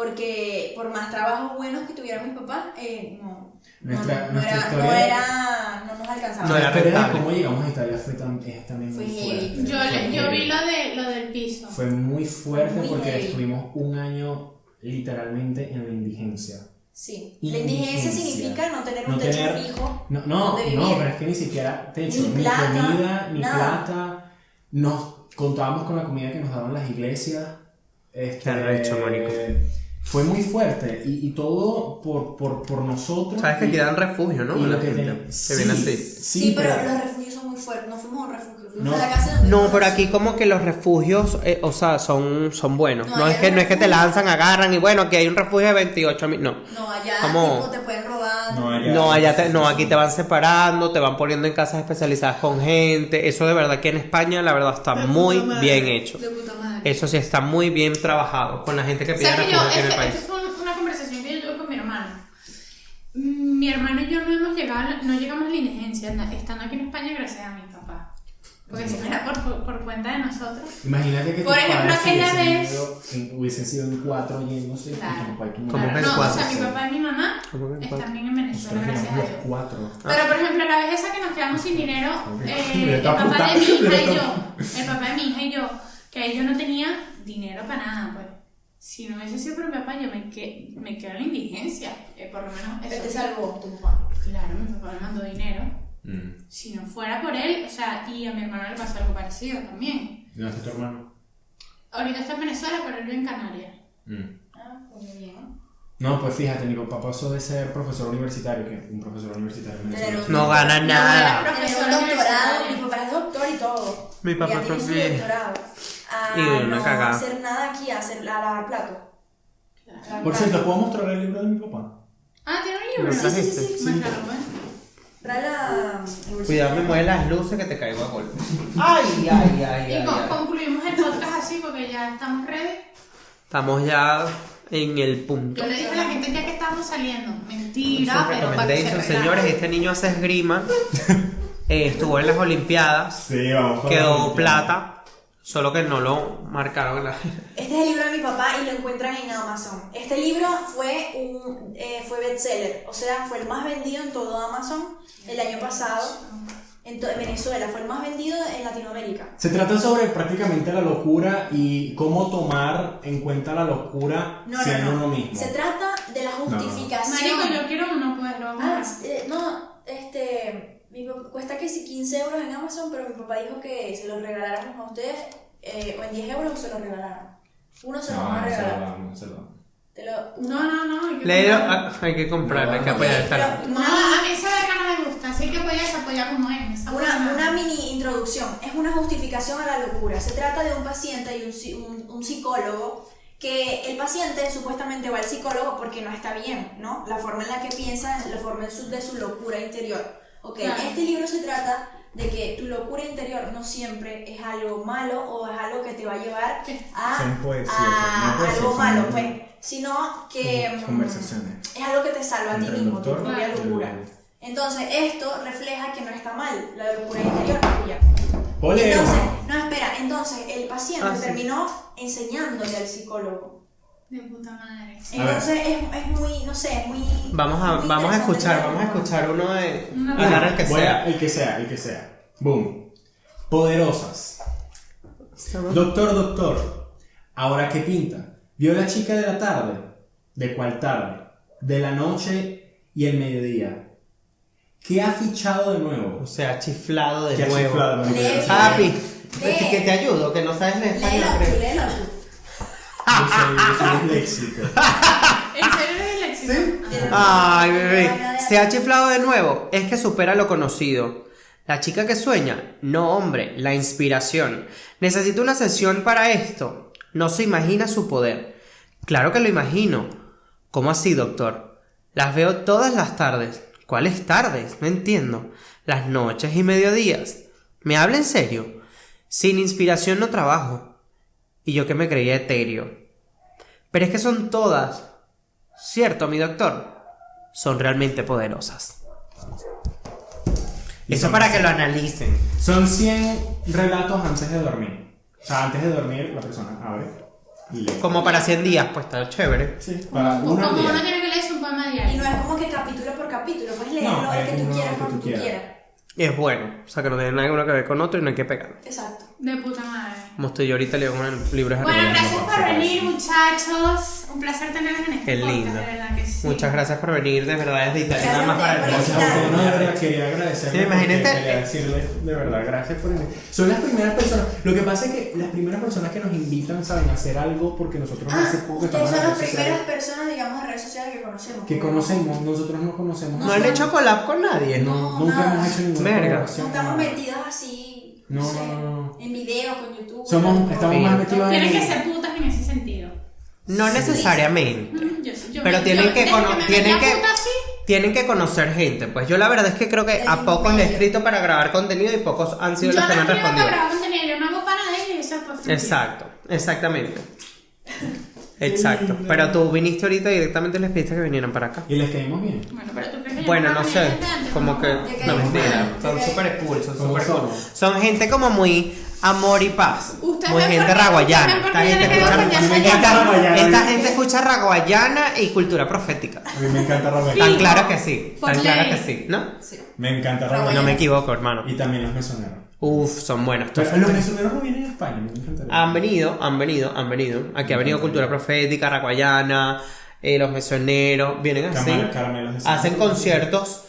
D: porque por más trabajos buenos que tuvieran mis papás, eh, no, no-
A: Nuestra-
D: no,
A: nuestra
D: era, no
A: historia-
D: era- no nos alcanzaba.
B: No era
A: La historia de
B: rentable.
A: cómo llegamos a Italia fue tan, es también muy
D: Fue
A: fuerte.
D: heavy.
C: Yo,
A: Fue
C: le- yo
A: heavy.
C: vi lo, de, lo del piso.
A: Fue muy fuerte
D: Muy
A: porque
D: heavy.
A: estuvimos un año literalmente en la indigencia.
D: Sí.
A: Y
D: La indigencia
A: indigencia.
D: significa no tener un
A: No
D: techo
A: tener-
D: fijo.
A: No, no,
D: ¿Dónde
A: no,
D: vivir?
A: pero es que ni siquiera techo,
D: Ni
A: ni,
D: plata,
A: comida, ni
D: nada.
A: plata. Nos contábamos con la comida que nos daban las iglesias. Este,
B: Qué arrecho, marico.
A: Fue muy fuerte y, y todo por, por, por nosotros.
B: Sabes que
A: y-
B: aquí dan refugio, ¿no?
A: y
B: la
A: lo que
B: gente.
A: ten-
B: Que
A: sí,
B: viene así.
A: Sí,
D: Sí, pero, los refugios son muy fuertes. No fuimos a un refugio, fuimos
A: No.
D: a la casa donde.
B: No, pero aquí como que los refugios, eh, o sea, son, son buenos. No,
D: No,
B: es
D: hay
B: que no es que te
D: refugio.
B: lanzan, agarran y bueno, aquí hay un refugio de 28 mil. No.
D: No, allá
B: ¿Cómo?
D: tipo, te pueden robar.
A: No, allá.
B: No, allá te- no, aquí te van separando, te van poniendo en casas especializadas con gente. Eso de verdad que en España, la verdad, está muy bien hecho.
D: De puta madre.
B: Eso sí está muy bien trabajado con la gente que
C: O
B: pide
C: sea, que yo,
B: refugio aquí en el
C: esta
B: país.
C: esta fue un- una conversación que yo tuve con mi hermano. Mm, Mi hermano y yo no hemos llegado, a la- no llegamos a la indigencia na- estando aquí en España gracias a mi papá. Porque si fuera por, por, por cuenta de nosotros.
A: Imagínate que
C: Por
A: tus
C: ejemplo,
A: padres
C: aquella
A: hubiesen
C: vez-
A: ido- en- hubiesen sido en cuatro yéndose
C: Claro.
A: y tu papá y tu
B: Como
A: mamá.
C: Claro,
B: que
C: no, o
B: cuatro,
C: sea, mi
A: sí.
C: papá y mi mamá
B: Como que cuatro.
C: están bien en Venezuela,
A: Nosotros
C: gracias a
A: éramos
C: Dios.
A: los cuatro.
C: Pero por ejemplo, la vez esa que nos quedamos sin dinero, eh, el
A: está
C: papá de mi
A: apuntando,
C: hija y
A: pero
C: yo, el papá de mi hija y yo, que yo no tenía dinero para nada, pues. Si no hubiese sido por mi papá, yo me, que, me quedo en la indigencia. eh, por lo menos
D: Él
C: eso.
D: te salvó, tu mamá.
C: Claro, mi papá me mandó dinero.
A: Mm.
C: Si no fuera por él, o sea, y a mi hermano le pasó algo parecido también.
A: ¿No es tu hermano?
C: Ahorita está en Venezuela, pero él vive en Canarias.
A: Mm.
D: Ah, muy bien.
A: No, pues fíjate, mi papá pasó de ser profesor universitario, que un profesor universitario en Venezuela.
D: Pero-
B: No gana
C: No,
B: nada.
C: era
D: Tiene
C: profesor
D: un doctorado,
C: universitario.
D: mi papá es doctor y todo.
B: Mi papá
D: ya tiene su
B: también.
D: doctorado. A
B: Y una
D: no
B: cagada.
D: hacer nada aquí, a, hacer, a lavar plato. Lavar
A: Por
D: plato.
A: cierto, ¿puedo mostrar el libro de mi papá?
C: Ah, tiene un libro.
B: ¿Lo
C: Sí, sí, sí,
B: trajiste?
C: sí. Más claro, pues.
D: Trae la.
B: Cuidado, me mueve las luces que te caigo a golpe. Ay, ay, ay,
C: Y
B: ay.
C: con-
B: ay.
C: concluimos el podcast así porque ya estamos ready.
B: Estamos ya en el punto.
C: Yo le dije a la gente ya que estábamos saliendo. Mentira,
B: Sus
C: pero para que se
B: recommendations,
C: relajen.
B: señores, este niño hace esgrima. eh, estuvo en las Olimpiadas.
A: Sí, vamos. con la
B: Quedó
A: Olimpiada.
B: plata. Solo que no lo marcaron en la.
D: Este es el libro de mi papá y lo encuentran en Amazon. Este libro fue un eh, fue bestseller, o sea, fue el más vendido en todo Amazon el año pasado. En, to- en Venezuela fue el más vendido en Latinoamérica.
A: Se trata sobre prácticamente la locura y cómo tomar en cuenta la locura
D: No, no,
A: siendo
D: no.
A: uno mismo.
D: Se trata de la
A: no.
D: justificación.
C: Marico, yo quiero uno, pues lo vamos a
D: Ah,
C: hacer.
D: eh, no, este, mi papá- cuesta que si 15 euros en Amazon, pero mi papá dijo que se los regaláramos a ustedes, eh, o en 10 euros se los regalaron. Uno se lo vamos a regalar.
A: vamos, se lo vamos.
D: Te lo-
C: No, no, no. hay que
B: Leído,
C: comprar.
B: ah, hay que comprarla, hay que
D: Ok,
B: apoyar
D: pero
B: esta.
C: No,
D: una-
C: a mí esa verga no me gusta, así que voy a desapoyar como es. esa
D: Una,
C: buena.
D: una mini introducción, es una justificación a la locura. Se trata de un paciente y un, psi- un- un psicólogo que el paciente supuestamente va al psicólogo porque no está bien, ¿no? La forma en la que piensa, la forma en su- de su locura interior. Ok,
C: Claro.
D: este libro se trata de que tu locura interior no siempre es algo malo o es algo que te va a llevar
C: Sí.
D: a,
A: Son poesías,
D: a
A: no poesías,
D: algo
A: son-
D: malo, pues, sino que...
A: Son
D: mm,
A: conversaciones.
D: Es algo que te salva a ti
A: Entre el
D: mismo, tu
A: doctor
D: propia
A: y el-
D: locura. Entonces, esto refleja que no está mal la
B: Ah.
D: locura interior tuya.
A: ¡Ole!
D: Entonces, no, espera, entonces el paciente
B: Ah, sí.
D: terminó enseñándole al psicólogo.
C: De puta madre.
D: Entonces, es, es muy, no sé, es muy.
B: Vamos a,
D: muy
B: vamos a
D: interesante
B: escuchar,
D: el
B: vamos a
D: tema.
B: escuchar uno de.
C: Una
B: y dar el que
A: Voy a-
B: sea.
A: el que sea, el que sea. Boom. Poderosas. Doctor, doctor. Ahora qué pinta. Vio la chica de la tarde. ¿De cuál tarde? De la noche y el mediodía. ¿Qué ha fichado de nuevo?
B: O sea, chiflado de
A: ¿Qué ha
B: nuevo.
A: chiflado,
C: Eh,
A: marico?
D: Leo.
B: Papi,
D: Lee.
B: que te ayudo, que no sabes leer español.
D: Léelo tú,
B: creo.
D: léelo tú.
A: Yo soy- yo soy disléxico.
C: ¿En serio eres léxico?
B: Ay, bebé. Se ha chiflado de nuevo. Es que supera lo conocido. La chica que sueña. No, hombre. La inspiración. Necesito una sesión para esto. No se imagina su poder. Claro que lo imagino. ¿Cómo así, doctor? Las veo todas las tardes. ¿Cuáles tardes? No entiendo. Las noches y mediodías. ¿Me habla en serio? Sin inspiración no trabajo. Y yo que me creía etéreo. Pero es que son todas. Cierto, mi doctor. Son realmente poderosas.
A: Y
B: Eso
A: son
B: para
A: así.
B: que lo analicen.
A: Son 100 relatos antes de dormir. O sea, antes de dormir la persona abre y lee.
B: Como para 100 días, pues está chévere.
A: Sí,
B: Ah,
A: para
C: Como
A: uno al
C: Ah, pues, uno
A: día.
C: tiene que leer su poema
D: Y
C: diario.
D: no es como que capítulo por capítulo, puedes leerlo
A: No,
D: el que
A: es
D: tú
A: uno
D: quieras
A: que tú
D: cuando tú
A: quieras.
D: quieras.
B: Y es bueno. O sea, que no tiene nada uno que ver con otro y no hay que pegar.
D: Exacto.
C: De puta madre.
B: Como estoy yo ahorita leo con el libro de
C: Bueno,
B: jardín.
C: gracias por venir, muchachos. Un placer tenerlos en este
B: Qué
C: podcast,
B: lindo.
C: de verdad que sí.
B: Muchas gracias por venir, de verdad, desde Italia.
D: Gracias
B: Nada más
D: a ustedes
B: para
A: Gracias a ustedes,
D: por
A: no, de verdad, quería agradecerles.
B: Sí, imagínate.
A: porque Quería decirles, de verdad, gracias por venir. Son las primeras personas. Lo que pasa es que las primeras personas que nos invitan saben hacer algo porque nosotros
D: Ah,
A: hace poco
D: ustedes
A: estamos en
D: son
A: redes
D: las primeras
A: sociales
D: personas, digamos, de redes sociales que conocemos.
A: que conocemos. Nosotros no conocemos.
B: No han hecho collab con nadie, ¿no?
A: No,
D: No,
A: nunca
D: nada.
A: hemos hecho ninguna
B: Verga.
A: colaboración,
D: No estamos
A: nada.
D: metidos así.
A: No,
D: sé,
A: no, no, no.
D: En videos, con YouTube.
A: Somos,
D: con-
A: estamos
B: Sí.
A: más metidos en
C: Tienen que ser putas en ese sentido.
B: No necesariamente.
C: Mm, yo- yo-
B: Pero
C: yo-
B: tienen que
C: desde
B: cono-
C: me
B: tienen
C: metí a
B: que-
C: puta así,
B: Tienen que conocer gente. Pues yo la verdad es que creo que a pocos le he escrito para grabar contenido y pocos han sido
C: yo
B: los
C: no
B: que me han
C: escribo
B: respondido.
C: para grabar contenido, yo no hago para nadie y eso es por fin.
B: Exacto, exactamente. Exacto. Pero tú viniste ahorita y directamente les pediste que vinieran para acá.
A: Y les caímos bien.
C: Bueno, pero tú crees que yo
B: Bueno, no
C: grabo
B: sé,
C: desde antes,
B: como
C: ¿no?
B: que...
D: que
B: No,
D: hay-
B: mentira.
D: que
B: Son
D: hay-
B: súper cool, son
A: ¿Cómo
B: súper cool.
A: son?
B: Son gente como muy amor y paz.
C: Ustedes
B: Muy
C: ven
B: gente
C: por qué-
B: raguayana.
C: ustedes ven por
B: Esta
C: qué yo
B: gente
C: le creo
B: escucha
C: que ya soy
B: esta-
A: raguayana.
B: esta gente escucha raguayana y cultura profética.
A: A mí me encanta Rafael.
C: Sí.
B: Tan claro que sí,
C: Por
B: tan claro que
C: ley.
B: sí, ¿no?
D: Sí.
A: Me encanta
B: No
A: Rafael.
B: me equivoco, hermano.
A: Y también los mesoneros.
B: Uf, son buenos.
A: Pero los mesoneros no vienen a España. Me encantaría.
B: Han venido, han venido, han venido. Aquí ha venido Cultura Profética, Raguayana, eh, los mesoneros, vienen así.
A: Camar- Caramelos de San
B: Hacen
A: Juan.
B: conciertos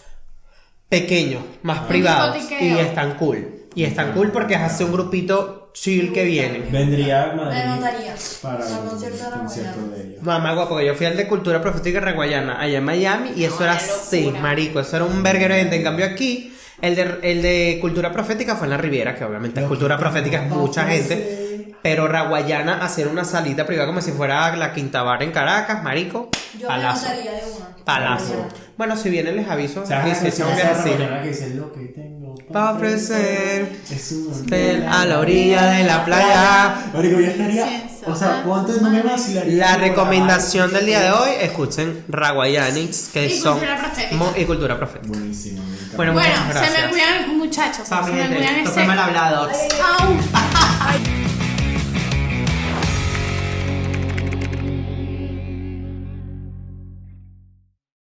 B: pequeños, más privados. Y
C: Discotequeo.
B: están cool. Y están cool porque es así un grupito chill que viene.
A: Vendría a Madrid.
D: Me notaría.
A: Para
D: Al
A: un
D: concierto de la
A: concierto
D: mañana.
A: de ellos.
B: Mamá guapo, que yo fui al de Cultura Profética y Raguayana allá en Miami y eso era así, marico. Eso era un verguero de gente. En cambio aquí, el de, el de Cultura Profética fue en la Riviera, que obviamente es Cultura Profética es
C: Ah,
B: mucha gente. Pero Raguayana hacer una salita privada como si fuera la Quinta Bar en Caracas, marico.
D: Yo
B: Palazo.
D: me notaría de una.
B: Palazo. Bueno, si vienen les aviso.
A: O sea,
B: y
A: es
B: si
A: que se
B: son
A: llama
B: así.
A: Rafael, que dice lo que tengo
B: Pa' ofrecer.
A: Es un
B: Ven a la orilla de la playa.
A: Marico, yo estaría. O sea, ¿cuánto no me vacilaría?
B: La recomendación del día de hoy, escuchen Raguayanics, que
C: Y
B: son
C: Cultura Profética.
B: mo- y cultura profética.
A: Buenísimo, me encanta.
B: Bueno,
C: Bueno,
B: muchas
C: se me
B: gracias. este
C: cuidan muchachos, se me cuidan
B: Esto fue mal
C: ese...
B: hablado.
C: Au.